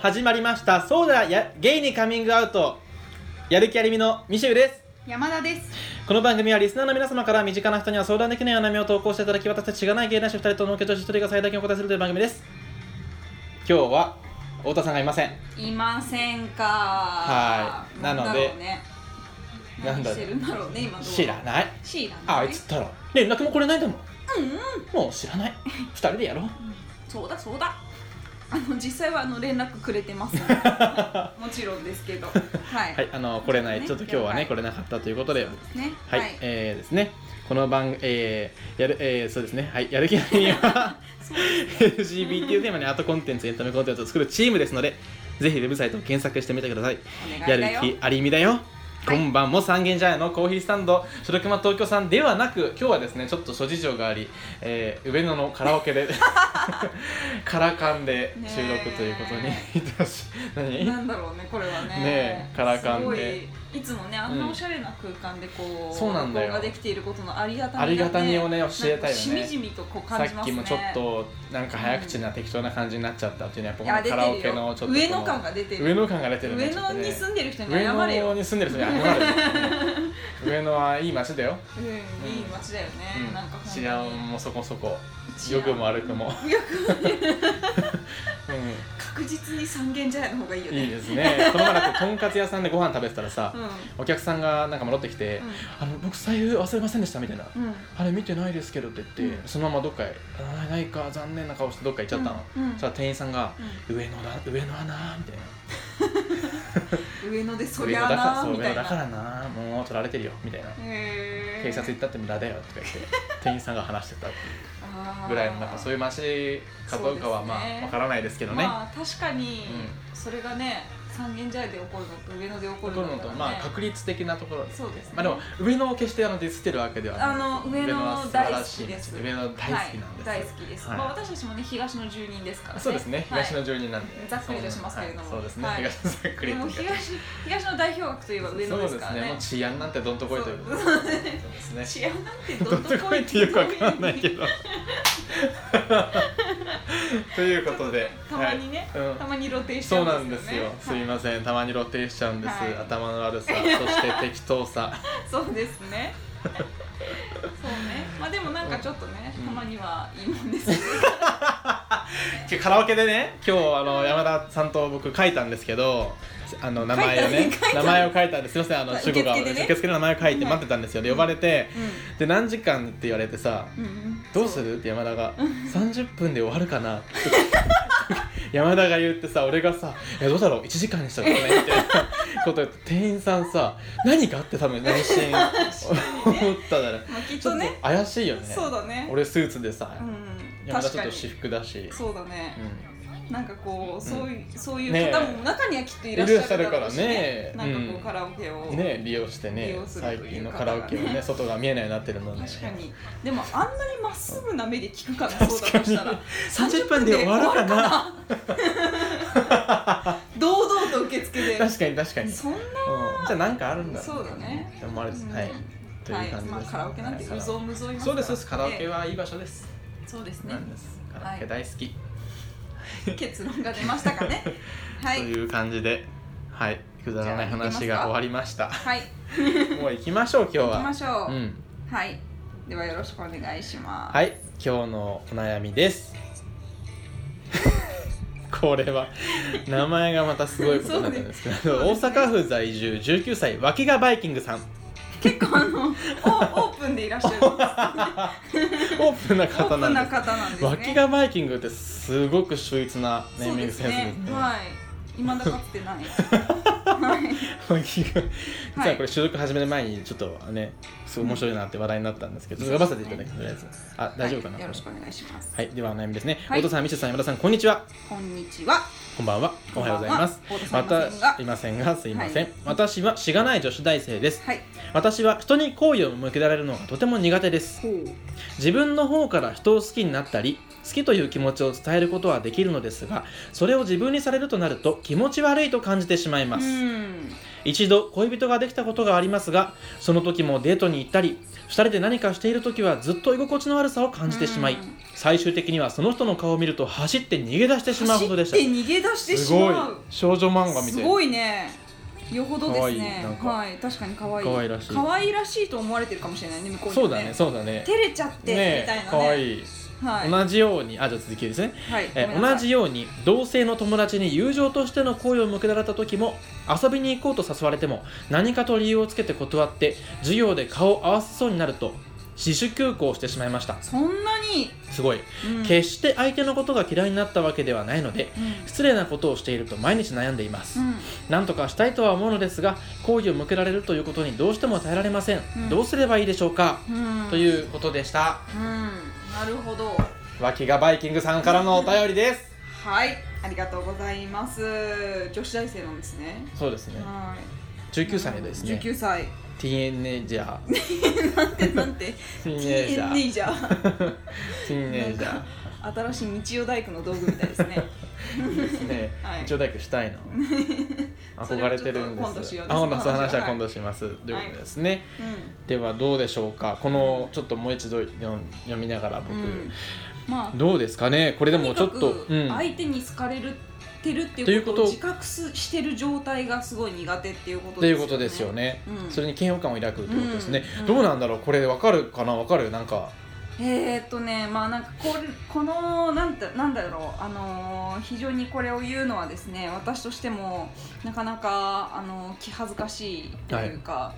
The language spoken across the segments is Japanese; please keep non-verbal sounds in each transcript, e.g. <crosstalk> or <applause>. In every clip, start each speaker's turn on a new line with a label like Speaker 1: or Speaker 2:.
Speaker 1: 始まりましたそうだやゲイにカミングアウトやる気ありみのミシェルです
Speaker 2: 山田です
Speaker 1: この番組はリスナーの皆様から身近な人には相談できないお悩みを投稿していただき私たちしがない芸男子2人と農協女子1人が最大限お答えするという番組です今日は太田さんがいません
Speaker 2: いませんか
Speaker 1: はい
Speaker 2: んだろうね
Speaker 1: なので
Speaker 2: 何してるんだろうね今どう
Speaker 1: 知らない
Speaker 2: 知らない
Speaker 1: あいつったら連絡もこれないんだもん
Speaker 2: うんうん
Speaker 1: もう知らない2人でやろう
Speaker 2: そうだそうだあの実際はあの連絡くれ
Speaker 1: <laughs>
Speaker 2: てます、もちろんですけどはい、
Speaker 1: はいあの来れないちょっと今日はね来れなかったということで
Speaker 2: ね
Speaker 1: はい、えー、ですねこの番えー、やるえー、そうですねはいやる気ありみは
Speaker 2: <laughs> そうです
Speaker 1: LGBT をテーマにアートコンテンツエンタメコンテンツを作るチームですのでぜひウェブサイトを検索してみてください
Speaker 2: お願
Speaker 1: や
Speaker 2: い
Speaker 1: る
Speaker 2: だよ
Speaker 1: 気ありみだよ
Speaker 2: はい
Speaker 1: 今晩も三軒茶屋のコーヒースタンド白熊東京さんではなく今日はですねちょっと諸事情があり、えー、上野のカラオケ
Speaker 2: <laughs>
Speaker 1: でカラカンで収録ということに
Speaker 2: ね
Speaker 1: いたし何
Speaker 2: なんだろうねこれは
Speaker 1: ね
Speaker 2: ね
Speaker 1: えカラカンです
Speaker 2: ごいいつもねあんなおしゃれな空間でこう、
Speaker 1: そうなんだよ
Speaker 2: 録音ができていることのありがたみが、
Speaker 1: あ
Speaker 2: ね、
Speaker 1: りがたみをね教えたいよね
Speaker 2: なんかしみじみとこう
Speaker 1: さ
Speaker 2: 感じ
Speaker 1: っ
Speaker 2: ます
Speaker 1: き
Speaker 2: ね
Speaker 1: もちょっとなんか早口な適当な感じになっちゃったっていうのはやっぱこの
Speaker 2: いや出て
Speaker 1: カラオ
Speaker 2: る
Speaker 1: ケ
Speaker 2: よ
Speaker 1: のちょっとこの
Speaker 2: 上野感が出てる
Speaker 1: 上野感が出てるね
Speaker 2: 上
Speaker 1: ちょっ
Speaker 2: 野
Speaker 1: とね
Speaker 2: に住んでる人に
Speaker 1: 上
Speaker 2: 謝れよ、
Speaker 1: 野
Speaker 2: うん、い
Speaker 1: に住んでる人に謝る、上野はいい街だ
Speaker 2: <laughs>
Speaker 1: よ、
Speaker 2: い街だよね、
Speaker 1: うん
Speaker 2: なんか本当に
Speaker 1: 治安もそこそこ
Speaker 2: 治安
Speaker 1: 良くも悪くも、
Speaker 2: <laughs> よく
Speaker 1: <laughs> う
Speaker 2: 確実に三軒茶屋の方がいいよ
Speaker 1: ん、
Speaker 2: ね
Speaker 1: いいですねこの前だってとんかつ屋さんでご飯食べてたらさ
Speaker 2: う、
Speaker 1: お客さんがなんか戻ってきて「あの僕財布忘れませんでした」みたいな「
Speaker 2: んうん
Speaker 1: あれ見てないですけど」って言って、
Speaker 2: う
Speaker 1: そのままどっかへ「あーないか残念な顔してどっか行っちゃったの」
Speaker 2: うんうん
Speaker 1: そしたら店員さんが「上野だ上野はな」みたいな
Speaker 2: うん、上野でそ
Speaker 1: 上
Speaker 2: り
Speaker 1: 野
Speaker 2: ゃあ
Speaker 1: だから
Speaker 2: な
Speaker 1: そう
Speaker 2: み
Speaker 1: 上
Speaker 2: た
Speaker 1: 野
Speaker 2: いな
Speaker 1: だからなもう取られてるよみたいな
Speaker 2: へー
Speaker 1: 警察行ったって無駄だよとか
Speaker 2: <laughs>
Speaker 1: 言って店員さんが話してたっていうぐらいのなんかそう
Speaker 2: い
Speaker 1: いう街かどうかは
Speaker 2: そうですね
Speaker 1: まあわからないですけ
Speaker 2: う
Speaker 1: どね。
Speaker 2: まあ確かに
Speaker 1: う
Speaker 2: それがね三軒茶屋で起こるのと上野で起こ
Speaker 1: とこ
Speaker 2: る
Speaker 1: ろ
Speaker 2: の
Speaker 1: の
Speaker 2: と
Speaker 1: と
Speaker 2: はね
Speaker 1: まあ確率的なところですね
Speaker 2: そうですね
Speaker 1: まあでも上野を決してあのディスってるわけではない
Speaker 2: あの上野
Speaker 1: は
Speaker 2: は
Speaker 1: 素晴
Speaker 2: 大好
Speaker 1: ら
Speaker 2: き
Speaker 1: しい
Speaker 2: です
Speaker 1: 上野大好きなんです、
Speaker 2: はい、大好きです、
Speaker 1: はい
Speaker 2: まあ私たちもね東の住人ですからね
Speaker 1: そうですね、
Speaker 2: はい
Speaker 1: 東の住人なんで
Speaker 2: ざっくりとしますけれども
Speaker 1: そうなんですそうですね、
Speaker 2: はい
Speaker 1: 東のざっくり
Speaker 2: で
Speaker 1: と
Speaker 2: も
Speaker 1: いうか
Speaker 2: 東東の代表格といえば上野ですから
Speaker 1: そうですねも
Speaker 2: ね
Speaker 1: う治安なんてどんとこいということで
Speaker 2: そう
Speaker 1: そうですね
Speaker 2: 治安なんて
Speaker 1: ど
Speaker 2: ど
Speaker 1: っ
Speaker 2: ん
Speaker 1: と
Speaker 2: と
Speaker 1: こ
Speaker 2: こ
Speaker 1: い
Speaker 2: い
Speaker 1: ってよくわかんないけどということで
Speaker 2: たまにね、
Speaker 1: はいうん
Speaker 2: たまに露呈しちゃ
Speaker 1: そうな
Speaker 2: うん
Speaker 1: ん
Speaker 2: で
Speaker 1: ですす
Speaker 2: よね
Speaker 1: よ、すいませんたまに露呈しちゃうんです、
Speaker 2: はい
Speaker 1: 頭の悪さそして適当さ
Speaker 2: はいそうですねそうねまあでもなんかちょっとね、
Speaker 1: うん
Speaker 2: たまにはいいもんですね、
Speaker 1: 今日カラオケでね今日あの山田さんと僕書いたんですけどあの名前をね
Speaker 2: 書いた
Speaker 1: 名前を書いたんですすいませんあの
Speaker 2: はい
Speaker 1: 主語が
Speaker 2: 受付でね
Speaker 1: 受付の名前を書いて待ってたんですよで呼ばれて
Speaker 2: <laughs> う
Speaker 1: で何時間って言われてさ
Speaker 2: んうん
Speaker 1: どうするって山田が30分で終わるかな <laughs> 山田が言ってさ俺がさ「いやどうだろう1時間にしたらね」みたいなこと言って店員さんさ何があって多分内心思ったなら
Speaker 2: まあきっ
Speaker 1: ちょ
Speaker 2: と
Speaker 1: っと
Speaker 2: ね
Speaker 1: 怪しいよね
Speaker 2: そうだね
Speaker 1: 俺スーツでさ、
Speaker 2: うん
Speaker 1: 山田ちょっ
Speaker 2: 確
Speaker 1: と
Speaker 2: かに
Speaker 1: 私服だし
Speaker 2: そうだね、
Speaker 1: う
Speaker 2: なんかこうそういう、そうい
Speaker 1: ねえ
Speaker 2: う方も中にはきっといらっしゃるだろうし、
Speaker 1: いらっしゃる
Speaker 2: ね、
Speaker 1: から
Speaker 2: な
Speaker 1: ね
Speaker 2: んかこう、
Speaker 1: うん
Speaker 2: カラオケを、
Speaker 1: んね利用して
Speaker 2: 利
Speaker 1: ね
Speaker 2: 用する
Speaker 1: 最
Speaker 2: という
Speaker 1: 近のカラオケを
Speaker 2: 方が
Speaker 1: ね
Speaker 2: ね
Speaker 1: 外が見えないようになってるので
Speaker 2: 確かにでもあんなにまっすぐな目で聞くかなそうだとしたら
Speaker 1: 30分で終わるかな
Speaker 2: <laughs> 堂々と受付で
Speaker 1: 確かに確かに、うん、じ
Speaker 2: そんな
Speaker 1: ゃあなんかあるんだ
Speaker 2: そうだね
Speaker 1: って思われて
Speaker 2: うん
Speaker 1: はいという感じです、
Speaker 2: まあ、カラオケなんて
Speaker 1: は
Speaker 2: 無
Speaker 1: い
Speaker 2: 造無造います
Speaker 1: そうですそうですカラオケ
Speaker 2: は
Speaker 1: はいい場所です、
Speaker 2: そうですね
Speaker 1: なんですカラオケ大好き、
Speaker 2: 結論が出ましたか
Speaker 1: <laughs>
Speaker 2: ねは
Speaker 1: と
Speaker 2: い
Speaker 1: いう感じではいくだらない話
Speaker 2: じゃ
Speaker 1: が
Speaker 2: あ
Speaker 1: 終わりました
Speaker 2: はい
Speaker 1: もう行きましょう今日
Speaker 2: 行きま
Speaker 1: は
Speaker 2: しょう、
Speaker 1: うん
Speaker 2: はいではよろしくお願いします、
Speaker 1: はい、今日のお悩みです。 <laughs> これは名前がまたすごいことになったんですけど、
Speaker 2: そう
Speaker 1: 大
Speaker 2: ですね
Speaker 1: 阪府在住19歳脇がバイキング <laughs> さん
Speaker 2: 結構あのおオープンでいらっし
Speaker 1: <laughs>
Speaker 2: ゃるオ
Speaker 1: オープンな方な
Speaker 2: ープン
Speaker 1: んで
Speaker 2: な
Speaker 1: す
Speaker 2: 方なんですね
Speaker 1: 脇がバイキングってすごく秀逸なネーミングセンスですね
Speaker 2: はい。未だかつてない。
Speaker 1: <laughs>
Speaker 2: はい。
Speaker 1: 脇が実
Speaker 2: は
Speaker 1: はいこれ収録始める前にちょっとねすごい面白いなって話題になったんですけど、ちょっと頑張らせていただきとりあえずあ大丈夫かな、はい
Speaker 2: は
Speaker 1: い
Speaker 2: よろしくお願いします。
Speaker 1: ではお悩みですね、
Speaker 2: はい
Speaker 1: お父さん、みちゅさん、山田さん、こんにちは。
Speaker 2: こんにちは。
Speaker 1: こんばんは。おはようございます
Speaker 2: こんば。ん
Speaker 1: ま
Speaker 2: は
Speaker 1: た
Speaker 2: 太田さん
Speaker 1: いませんが、すいません。
Speaker 2: はい
Speaker 1: 私はしがない女子大生です。
Speaker 2: はい。
Speaker 1: 私は人に好意を向けられるのがとても苦手です。
Speaker 2: ほう。
Speaker 1: 自分の方から人を好きになったり、好きという気持ちを伝えることはできるのですが、それを自分にされるとなると気持ち悪いと感じてしまいます。
Speaker 2: ん。
Speaker 1: 一度恋人ができたことがありますがその時もデートに行ったり2人で何かしている時はずっと居心地の悪さを感じてしまい、
Speaker 2: うん
Speaker 1: 最終的にはその人の顔を見ると走って逃げ出してしまうほどでした
Speaker 2: 走って逃げ出して
Speaker 1: す
Speaker 2: し
Speaker 1: ごい
Speaker 2: まう
Speaker 1: 少女漫画みたい
Speaker 2: す
Speaker 1: な
Speaker 2: ごいねよほどです
Speaker 1: 可愛い
Speaker 2: ね
Speaker 1: なんか
Speaker 2: はい確かに可愛い
Speaker 1: 可愛らしい
Speaker 2: 可愛らしいと思われてるかもしれないね向こうに
Speaker 1: そ
Speaker 2: は
Speaker 1: うだねそうだね
Speaker 2: 照れちゃって、みたいなね
Speaker 1: 可愛い
Speaker 2: はい
Speaker 1: 同じようにあじゃあ続きですね
Speaker 2: はい
Speaker 1: え
Speaker 2: ごめんなさ
Speaker 1: 同
Speaker 2: い
Speaker 1: じように同性の友達に友情としての好意を向けられた時も遊びに行こうと誘われても何かと理由をつけて断って授業で顔を合わせそうになると自主休校をしてしまいました
Speaker 2: そんなに、
Speaker 1: すごい
Speaker 2: うん
Speaker 1: 決して相手のことが嫌いになったわけではないので
Speaker 2: うん
Speaker 1: 失礼なことをしていると毎日悩んでいます
Speaker 2: うん
Speaker 1: 何とかしたいとは思うのですが好意を向けられるということにどうしても耐えられません、
Speaker 2: うん
Speaker 1: どうすればいいでしょうか、
Speaker 2: うん
Speaker 1: ということでした
Speaker 2: うんなるほど
Speaker 1: 脇がバイキングさんからのお便りです
Speaker 2: はいありがとうございます女子大生なんですね
Speaker 1: そうですね
Speaker 2: はい
Speaker 1: 19歳ですね
Speaker 2: 19歳
Speaker 1: ティーンエイジャー
Speaker 2: <laughs> なんてなんて
Speaker 1: ティーンエイジャー
Speaker 2: TNA じゃ
Speaker 1: ティーンエイジャ
Speaker 2: 新しい日曜大工の道具みたいですね
Speaker 1: ーですね
Speaker 2: はい
Speaker 1: 一応大工したいな
Speaker 2: <laughs> それ
Speaker 1: 憧
Speaker 2: は
Speaker 1: れ
Speaker 2: ちょ
Speaker 1: て
Speaker 2: っと
Speaker 1: るん
Speaker 2: 今度
Speaker 1: で
Speaker 2: し
Speaker 1: す
Speaker 2: よう
Speaker 1: あ今度
Speaker 2: そ
Speaker 1: そ
Speaker 2: の
Speaker 1: の
Speaker 2: 話は
Speaker 1: 話は今度します、ということですね
Speaker 2: うん
Speaker 1: ではどうでしょうかこのちょっともう一度読ん読みながら僕、
Speaker 2: うんまあ
Speaker 1: どうですかねこれでもちょっと
Speaker 2: にかく
Speaker 1: うん
Speaker 2: 相手に好かれるってるっていうことを
Speaker 1: という
Speaker 2: 自
Speaker 1: こ
Speaker 2: 覚すしてる状態がすごい苦手っていうこと
Speaker 1: っていうことですよね、
Speaker 2: うん
Speaker 1: それに嫌悪感を抱くってことですね、
Speaker 2: うん
Speaker 1: どうなんだろうこれわかるかなわかるなんか
Speaker 2: えー、っとねまあなんかこれこのなんてなんだろうあのー非常にこれを言うのはですね私としてもなかなかあのー気恥ずかしいというか、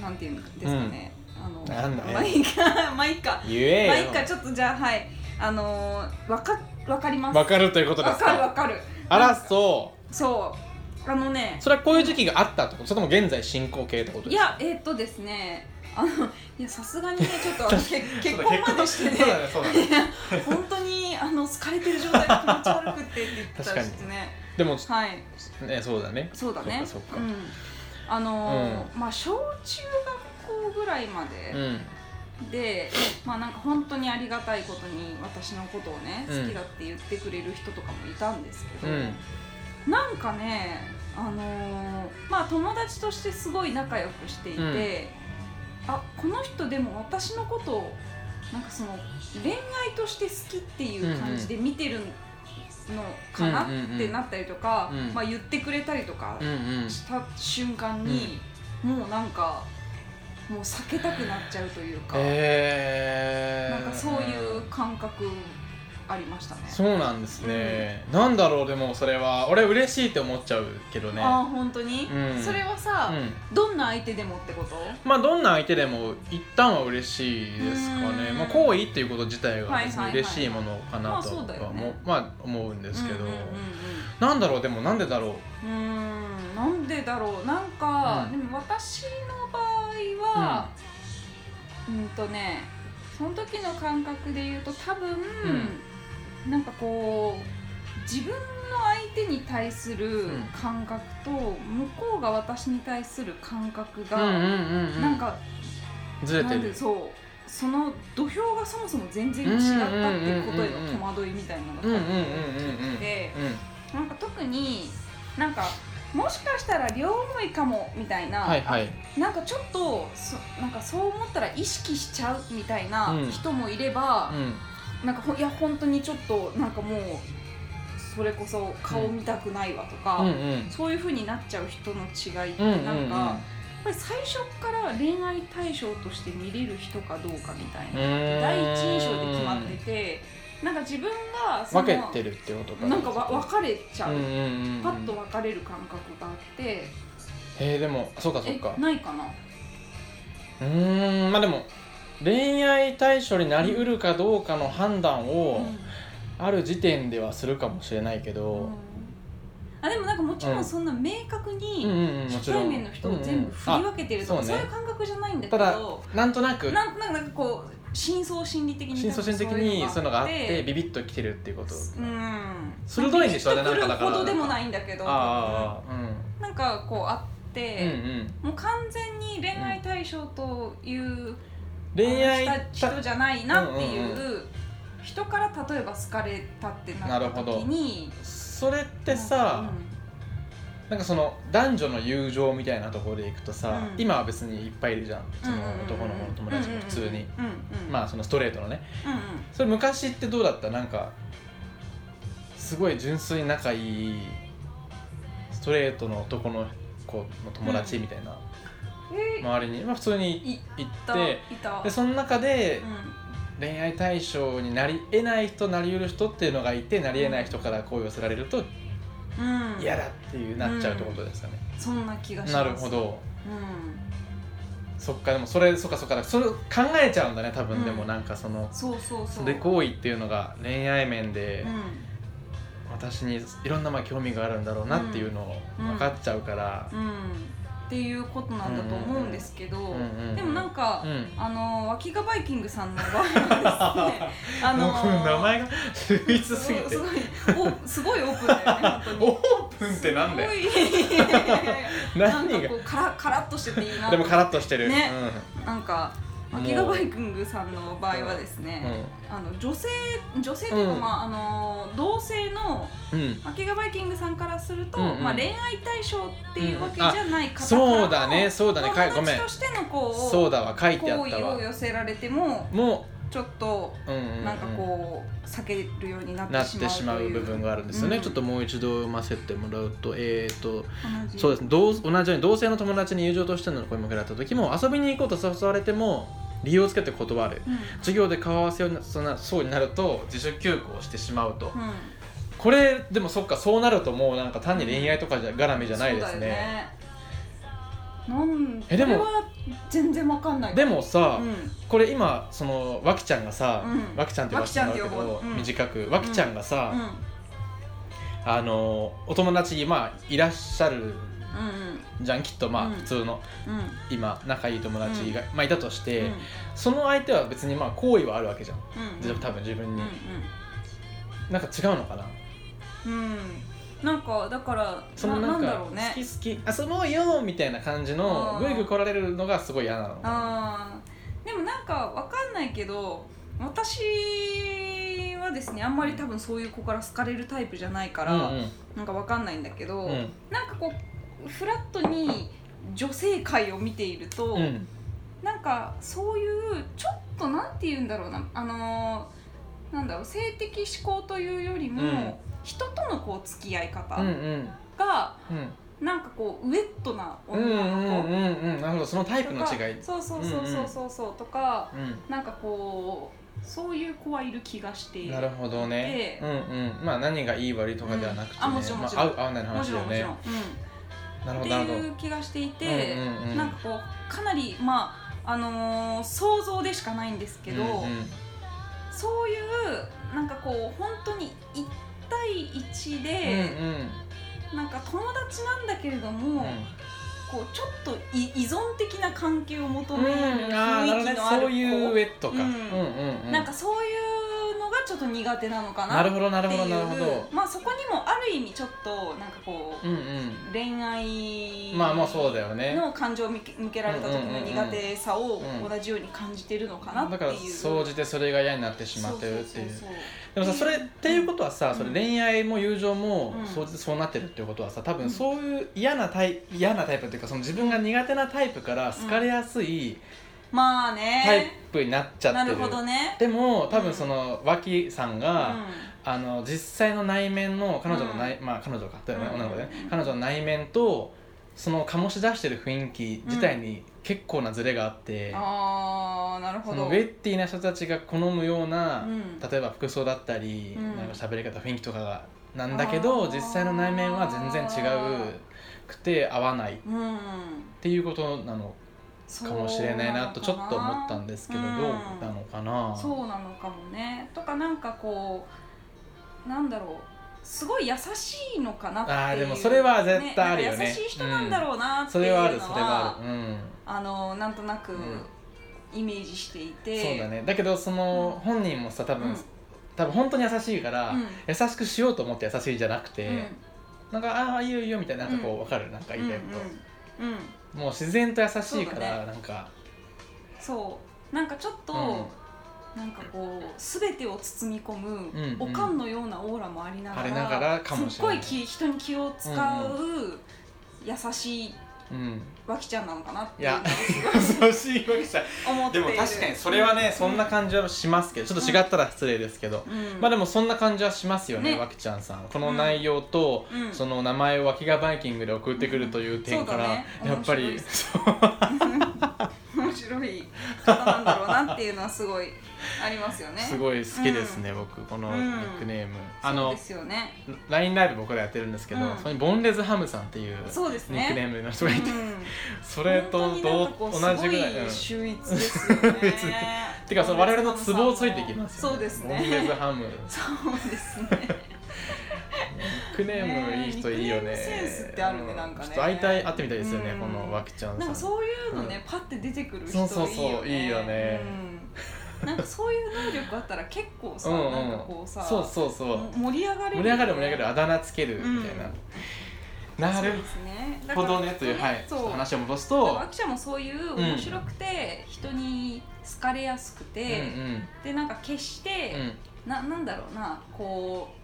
Speaker 2: なんていうんですかね、あの
Speaker 1: なんだね
Speaker 2: まあいいか <laughs> まあいいか
Speaker 1: 言
Speaker 2: まあ
Speaker 1: え
Speaker 2: いいか
Speaker 1: よ
Speaker 2: ちょっとじゃあはいあのーわかわかります
Speaker 1: わかるということで
Speaker 2: わ
Speaker 1: す
Speaker 2: かる
Speaker 1: か
Speaker 2: わかる
Speaker 1: あ
Speaker 2: な
Speaker 1: ら
Speaker 2: んか
Speaker 1: そう
Speaker 2: そうあのね
Speaker 1: それはこういう時期があったってことそれとも現在進行形ってこと
Speaker 2: い
Speaker 1: ですか
Speaker 2: やえー、っとですねあのいやさすがにねちょっと
Speaker 1: <laughs>
Speaker 2: あの結結婚までして
Speaker 1: そうだねそ
Speaker 2: ね
Speaker 1: うだね
Speaker 2: 本当にあの好かれてる状態が気持ち悪くてって言ってたらしくてね
Speaker 1: でも
Speaker 2: はい
Speaker 1: ねそうだね
Speaker 2: そうだね
Speaker 1: そうかそううん
Speaker 2: あのーまあ小中学校ぐらいま
Speaker 1: う
Speaker 2: で、
Speaker 1: ん
Speaker 2: でまあなんか本当にありがたいことに私のことをね、
Speaker 1: うん
Speaker 2: 好きだって言ってくれる人とかもいたんですけ
Speaker 1: う
Speaker 2: ど、
Speaker 1: ん
Speaker 2: なんかねあのーまあ友達としてすごい仲良くしていて、あこの人でも私のことをなんかその恋愛として好きっていう感じで見てるのかな
Speaker 1: うんうんうん
Speaker 2: ってなったりとか、
Speaker 1: うん
Speaker 2: まあ、言ってくれたりとか
Speaker 1: うんうん
Speaker 2: した瞬間に、もうなんかもう避けたくなっちゃうというか、
Speaker 1: えー、
Speaker 2: なんかそういう感覚ありましたね。
Speaker 1: そうなんですね、なんだろうでもそれは俺嬉しいって思っちゃうけどね
Speaker 2: ああ本当に、
Speaker 1: うん
Speaker 2: それはさ、
Speaker 1: うん
Speaker 2: どんな相手でもってこと
Speaker 1: まあどんな相手でも一旦は嬉しいですかね
Speaker 2: うん
Speaker 1: まあ好意っていうこと自体が
Speaker 2: はい
Speaker 1: 別
Speaker 2: はいはいは
Speaker 1: に
Speaker 2: い
Speaker 1: 嬉しいものか
Speaker 2: ま
Speaker 1: な
Speaker 2: あ
Speaker 1: と
Speaker 2: そうだよね
Speaker 1: は思うまあ思うんですけど
Speaker 2: うんうん
Speaker 1: なんだろうでもなんでだろ
Speaker 2: うんうん、うーんなんでだろうなんか、
Speaker 1: う
Speaker 2: でも私の場合はうんとねその時の感覚で言うと多分、なんかこう自分の相手に対する
Speaker 1: うん
Speaker 2: 感覚と、向こうが私に対する感覚
Speaker 1: ううんうん
Speaker 2: が、
Speaker 1: うんうん
Speaker 2: なんか
Speaker 1: ずれて
Speaker 2: なんで
Speaker 1: る
Speaker 2: そうその土俵がそもそも全然違ったっていうことへの戸惑いみたいなのがあっ
Speaker 1: うんうんうんうんうん
Speaker 2: て
Speaker 1: うん
Speaker 2: なんか特になんかもしかしたら両思いかもみたいな、
Speaker 1: はいはい
Speaker 2: なんかちょっとそなんかそう思ったら意識しちゃうみたいな
Speaker 1: うん
Speaker 2: 人もいれば
Speaker 1: う、ん
Speaker 2: なんかほいや本当にちょっとなんかもうそれこそ顔見たくないわとか、
Speaker 1: うんうん
Speaker 2: そういう風になっちゃう人の違いって
Speaker 1: うん
Speaker 2: な
Speaker 1: うん
Speaker 2: んか、やっぱり最初から恋愛対象として見れる人かどうかみたいな、
Speaker 1: うん
Speaker 2: 第一印象で決まっててなんか自分がその
Speaker 1: 分けてるってことか
Speaker 2: なんかわ分かれちゃう、
Speaker 1: うんうんうん
Speaker 2: パッと分かれる感覚があって、
Speaker 1: えー、でもそうかそう
Speaker 2: え
Speaker 1: か
Speaker 2: ないかな
Speaker 1: うーんまあでも恋愛対象になりうるかどうかの判断をある時点ではするかもしれないけ
Speaker 2: うん
Speaker 1: ど、
Speaker 2: あでもなんかもちろ
Speaker 1: うん
Speaker 2: んそんな明確
Speaker 1: うんう
Speaker 2: に
Speaker 1: んうん、もち
Speaker 2: 初
Speaker 1: ろん
Speaker 2: 対面の人を全部振り分けてるとか、
Speaker 1: うんうん
Speaker 2: そう
Speaker 1: あ
Speaker 2: いう感覚じゃないんだけ
Speaker 1: ただ
Speaker 2: ど
Speaker 1: あなんとなく
Speaker 2: なんなんかこう深層心理的に
Speaker 1: 深層心的にそういうのがあって
Speaker 2: ビ
Speaker 1: ビビッときてるっていうこと
Speaker 2: うん
Speaker 1: 鋭いんでしょ
Speaker 2: なんか
Speaker 1: あれなんかだから
Speaker 2: ほどでもないんだけど
Speaker 1: ああ
Speaker 2: なんかこうあっ
Speaker 1: うんうんう
Speaker 2: て、
Speaker 1: ん
Speaker 2: もう完全に恋愛対象という
Speaker 1: 恋愛
Speaker 2: あのした
Speaker 1: た
Speaker 2: 人じゃないなってい
Speaker 1: う
Speaker 2: う,、
Speaker 1: んう
Speaker 2: 人から例えば好かれたってな
Speaker 1: な
Speaker 2: っ
Speaker 1: る
Speaker 2: た
Speaker 1: ほ
Speaker 2: 時に
Speaker 1: それってさ、
Speaker 2: うん
Speaker 1: なんかその男女の友情みたいなところでいくとさ、
Speaker 2: うん
Speaker 1: 今は別にいっぱいいるじゃんその
Speaker 2: うんうんうん
Speaker 1: 男の子の友達も普通に、
Speaker 2: うんうん
Speaker 1: まあそのストレートのね
Speaker 2: うんうん
Speaker 1: それ昔ってどうだったなんかすごい純粋に仲いいストレートの男の子の友達みたいな、
Speaker 2: え
Speaker 1: 周りに、まあ、普通
Speaker 2: ー
Speaker 1: に
Speaker 2: い
Speaker 1: 行っ
Speaker 2: た
Speaker 1: て
Speaker 2: いた
Speaker 1: でその中で
Speaker 2: う
Speaker 1: 恋愛対象になり得ない人なり得る人っていうのがいてなり得ない人から声を寄せられると
Speaker 2: んうん
Speaker 1: 嫌だっていうなっちゃうってことですかね、
Speaker 2: そんな気がしま
Speaker 1: な
Speaker 2: す
Speaker 1: るほど
Speaker 2: うん
Speaker 1: そっかでもそれそっかそっかだからそれ考えちゃうんだね多分、
Speaker 2: うん
Speaker 1: でもなんかその
Speaker 2: そうそうそ
Speaker 1: そうれ行為っていうのが恋愛面で
Speaker 2: う
Speaker 1: 私にいろんなまあ興味があるんだろうなっていうのを
Speaker 2: うん
Speaker 1: 分かっちゃうから、
Speaker 2: んうんっていうことなんだと思うんですけど
Speaker 1: うんうんうん
Speaker 2: でもなんか
Speaker 1: うん
Speaker 2: あのワキガバイキングさんの場合はですねあ
Speaker 1: <laughs> もうこの名
Speaker 2: の
Speaker 1: 前が秀逸すぎて
Speaker 2: す
Speaker 1: オ
Speaker 2: ごいすごいおすごいオープンだよね本当に
Speaker 1: ープンってなんだよ
Speaker 2: すごい
Speaker 1: <laughs>
Speaker 2: なん
Speaker 1: 何が
Speaker 2: かこうカラカラっとしてていいな
Speaker 1: でもカラッとしてる、
Speaker 2: ねなんか
Speaker 1: もう
Speaker 2: アキラバイキングさんの場合はです
Speaker 1: う
Speaker 2: ね
Speaker 1: ん、
Speaker 2: あの女性女性というか、
Speaker 1: うん
Speaker 2: まあ、あの同性の
Speaker 1: うん、うん、
Speaker 2: アキラバイキングさんからすると、
Speaker 1: うんうん
Speaker 2: まあ、恋愛対象っていうわけじゃない方からの、
Speaker 1: そうだねそうだねかいご
Speaker 2: 友
Speaker 1: めん
Speaker 2: 達としてのこう
Speaker 1: そうだわ書いてあっ
Speaker 2: 好
Speaker 1: た
Speaker 2: 意を
Speaker 1: わ
Speaker 2: 寄せられても
Speaker 1: も
Speaker 2: ちょっと
Speaker 1: う,、うんうんうん、
Speaker 2: なんかこう避けるようにな
Speaker 1: な
Speaker 2: っ
Speaker 1: って
Speaker 2: て
Speaker 1: し
Speaker 2: しま
Speaker 1: ま
Speaker 2: うと
Speaker 1: う
Speaker 2: いう
Speaker 1: 部分があるんですよね、
Speaker 2: うん
Speaker 1: ちょっともう一度読ませてもらうとえっ、ー、と
Speaker 2: 同じ
Speaker 1: そうですね同同じように同性の友達に友情としての声もけられた時も遊びに行こうと誘われても理由をつけて断る
Speaker 2: うん
Speaker 1: 授業で顔合わせをなそんなそうになると自主休校してしまうと、
Speaker 2: うん
Speaker 1: これでもそっかそうなるともうなんか単に恋愛とかじゃ絡みじゃないです
Speaker 2: そう
Speaker 1: ね,、
Speaker 2: だよなん
Speaker 1: えでも
Speaker 2: これは全然わかんない
Speaker 1: でもさ、
Speaker 2: う
Speaker 1: これ今そのわきちゃんがさ、
Speaker 2: うん
Speaker 1: わきちゃんって呼ばせてもらうけ
Speaker 2: わきちゃん
Speaker 1: ど
Speaker 2: っ、て呼ぼううん
Speaker 1: 短くわきちゃんがさ、
Speaker 2: んうん
Speaker 1: あのお友達にまあいらっしゃるじゃんきっとまあ
Speaker 2: うん
Speaker 1: 普通の
Speaker 2: うんうんうん
Speaker 1: 今仲いい友達が、まあいたとして、
Speaker 2: うん
Speaker 1: その相手は別にまあ好意はあるわけじゃん、
Speaker 2: うん
Speaker 1: じゃあ多分自分
Speaker 2: うん
Speaker 1: に、なんか違うのかな
Speaker 2: うんうんなんかだから
Speaker 1: そのな
Speaker 2: ななんんだ
Speaker 1: か
Speaker 2: ろうね
Speaker 1: 好き好き遊ぼうよみたいな感じの
Speaker 2: うん
Speaker 1: ぐいぐい来られるのがすごい嫌なのかな
Speaker 2: あーでもなんかわかんないけど私はですねあんまり多分そういう子から好かれるタイプじゃないから、なんかわかんないんだけど、
Speaker 1: うんうん
Speaker 2: なんかこうフラットに女性界を見ていると、
Speaker 1: うん
Speaker 2: なんかそういうちょっとなんて言うんだろうなあのーなんだろう性的思考というよりも、
Speaker 1: うん
Speaker 2: 人とのこう付き合い方
Speaker 1: うんうん
Speaker 2: が、
Speaker 1: うん
Speaker 2: なんかこうウェットな
Speaker 1: うんう
Speaker 2: 女
Speaker 1: ん
Speaker 2: の子
Speaker 1: うんうんなるほどそのタイプ
Speaker 2: と
Speaker 1: の
Speaker 2: か、
Speaker 1: 違い
Speaker 2: そうそうそうそうそうそうとか、
Speaker 1: う
Speaker 2: なんかこうそういう子はいる気がしてい
Speaker 1: んなるほどねうんうんまあ何がいい悪いとかではなくてね
Speaker 2: うんあもちろん
Speaker 1: ま
Speaker 2: もち
Speaker 1: あ
Speaker 2: ろん
Speaker 1: 合う合わないの
Speaker 2: も
Speaker 1: 話
Speaker 2: ち
Speaker 1: だ
Speaker 2: ろ
Speaker 1: よ
Speaker 2: んもち
Speaker 1: ねなる
Speaker 2: ろん、うん、
Speaker 1: ほど
Speaker 2: っ
Speaker 1: なる
Speaker 2: て
Speaker 1: ほ
Speaker 2: いう気がしていて、
Speaker 1: うんうんうん
Speaker 2: なんかこうかなりまああのー想像でしかないんですけ
Speaker 1: ど
Speaker 2: ど、
Speaker 1: うんうん
Speaker 2: そういうなんかこう本当に1対1で、なんか友達なんだけれども、こうちょっとい依存的な関係を求
Speaker 1: うんうん
Speaker 2: める
Speaker 1: うんああなるほどね
Speaker 2: 雰囲気のある子、
Speaker 1: そういうウェットかう
Speaker 2: うん
Speaker 1: う
Speaker 2: ん
Speaker 1: んうん
Speaker 2: なんかそういうのがちょっと苦手なのかな
Speaker 1: な
Speaker 2: っ
Speaker 1: る
Speaker 2: ていう
Speaker 1: ほどなるほどなるほど
Speaker 2: まあそこにもある意味ちょっとなんかこう、
Speaker 1: うんうん
Speaker 2: 恋愛
Speaker 1: まあまあそうだよね
Speaker 2: の感情を向け向けられた時の苦手さを
Speaker 1: うん
Speaker 2: 同じように感じてるのかなってい
Speaker 1: だ
Speaker 2: う
Speaker 1: から総じてそれが嫌になってしまってるっていう
Speaker 2: そうそうそう
Speaker 1: でもさそれっていうことはさ、
Speaker 2: うん
Speaker 1: それ恋愛も友情も
Speaker 2: うん
Speaker 1: 総じてそうなってるっていうことはさ多
Speaker 2: う
Speaker 1: 分
Speaker 2: ん
Speaker 1: そういう嫌なタイ嫌なタイプっていうかその自分が苦手なタイプから好かれやすい
Speaker 2: まあね
Speaker 1: タイプになっちゃ
Speaker 2: な
Speaker 1: って
Speaker 2: る
Speaker 1: る,、
Speaker 2: ほどね
Speaker 1: でも多分その脇さんが、あの実際の内面の彼女の内、まあ彼女か、
Speaker 2: ん
Speaker 1: 女の子でね彼女の内面とその醸し出してる雰囲気自体に結構なズレがあって、
Speaker 2: うん、ああなる
Speaker 1: そ
Speaker 2: ほ
Speaker 1: の
Speaker 2: ど
Speaker 1: ウェッティな人たちが好むような、
Speaker 2: うん
Speaker 1: 例えば服装だったり、
Speaker 2: うん
Speaker 1: なんか喋り方雰囲気とかがなんだけど
Speaker 2: あー
Speaker 1: 実際の内面は全然違うくて合わないっ
Speaker 2: うん
Speaker 1: ていうことなの
Speaker 2: そ
Speaker 1: か
Speaker 2: う
Speaker 1: もしれないなとちょっと思ったん
Speaker 2: で
Speaker 1: ですけど
Speaker 2: う
Speaker 1: どうんなのかな
Speaker 2: そうなのかもねとかなんかこうなんだろうすごい優しいのかなっていう
Speaker 1: あーでもそれは絶対あるよね
Speaker 2: なんか優しい人なんだろうなって
Speaker 1: そ
Speaker 2: いう
Speaker 1: れ
Speaker 2: の
Speaker 1: はあ
Speaker 2: は,、
Speaker 1: るそれはあるうん
Speaker 2: あのなんとなく
Speaker 1: うん
Speaker 2: イメージしていて、
Speaker 1: そうだねだけどその本人もさ多分、
Speaker 2: うん
Speaker 1: 多分本当に優しいから、
Speaker 2: うん
Speaker 1: 優しくしようと思って優しいじゃなくて、
Speaker 2: うん
Speaker 1: なんかああいいよいいよみたいななんかこう分かるなんか言いたいこと、
Speaker 2: うんうんうん
Speaker 1: もう自然と優しいか
Speaker 2: そうだ
Speaker 1: ら、なんか
Speaker 2: そうなんかちょっと、なんかこう全てを包み込
Speaker 1: うんうん
Speaker 2: むおかんのようなオーラもありながら,、
Speaker 1: ありながらかもしれない
Speaker 2: すっごいき人に気を使う、優しい <laughs>
Speaker 1: うん
Speaker 2: わきちゃんなのかなって
Speaker 1: いや優しいわけじゃ
Speaker 2: 思って
Speaker 1: で
Speaker 2: いる
Speaker 1: も確かにそれはねそんな感じはしますけどちょっと違ったら失礼ですけど、
Speaker 2: うん
Speaker 1: まあでもそんな感じはしますよね
Speaker 2: ね
Speaker 1: わきちゃんさんこの内容と、
Speaker 2: うん
Speaker 1: その名前をわきがバイキングで送ってくるという点から、
Speaker 2: うんそうだね
Speaker 1: やっぱり
Speaker 2: 面白い面白い方なんだろうなっていうのはすごいありますよね
Speaker 1: すごい好きですね、僕このニ
Speaker 2: うん
Speaker 1: ックネーム、あ
Speaker 2: そう
Speaker 1: の
Speaker 2: ですよね
Speaker 1: LINE ライブ僕らやってるんですけど、
Speaker 2: うん
Speaker 1: それにボンレズハムさんっていうニ
Speaker 2: そうです
Speaker 1: ッ
Speaker 2: ね
Speaker 1: クネームの人がいて、
Speaker 2: うん
Speaker 1: それとどう同じぐらい、うん、
Speaker 2: 秀逸ですよね
Speaker 1: 別にてかその我々のツボをついてきますよね
Speaker 2: そうです
Speaker 1: ボンレズ
Speaker 2: ね
Speaker 1: ハムニ
Speaker 2: そうですね
Speaker 1: ックネームいい人いいよね
Speaker 2: ねえニックネームセンスってあるねなんかね
Speaker 1: ちょっと会いたい会ってみたいですよね、
Speaker 2: うん
Speaker 1: このわきちゃん
Speaker 2: なん
Speaker 1: さ
Speaker 2: か
Speaker 1: ん
Speaker 2: そういうのね、パッて出てくる人
Speaker 1: そうそうそうい
Speaker 2: い
Speaker 1: い
Speaker 2: い
Speaker 1: よ
Speaker 2: よ
Speaker 1: ね
Speaker 2: ねうんなんかそういう能力あったら結構さ、
Speaker 1: うんうん
Speaker 2: なんかこうさ
Speaker 1: そうそうそう
Speaker 2: も盛り上がれる
Speaker 1: 盛り上がる盛り上がるあだ名つけるみたいな、なる
Speaker 2: そうですねだか
Speaker 1: ほ
Speaker 2: ら
Speaker 1: どねという、はい、ち
Speaker 2: そ
Speaker 1: ょっ
Speaker 2: う
Speaker 1: と話を戻す
Speaker 2: だから
Speaker 1: と
Speaker 2: アキちゃんもそういう面白くて、人に好かれやすく
Speaker 1: うんう
Speaker 2: て、
Speaker 1: ん
Speaker 2: でなんか決して、
Speaker 1: うん
Speaker 2: ななんだろうなこう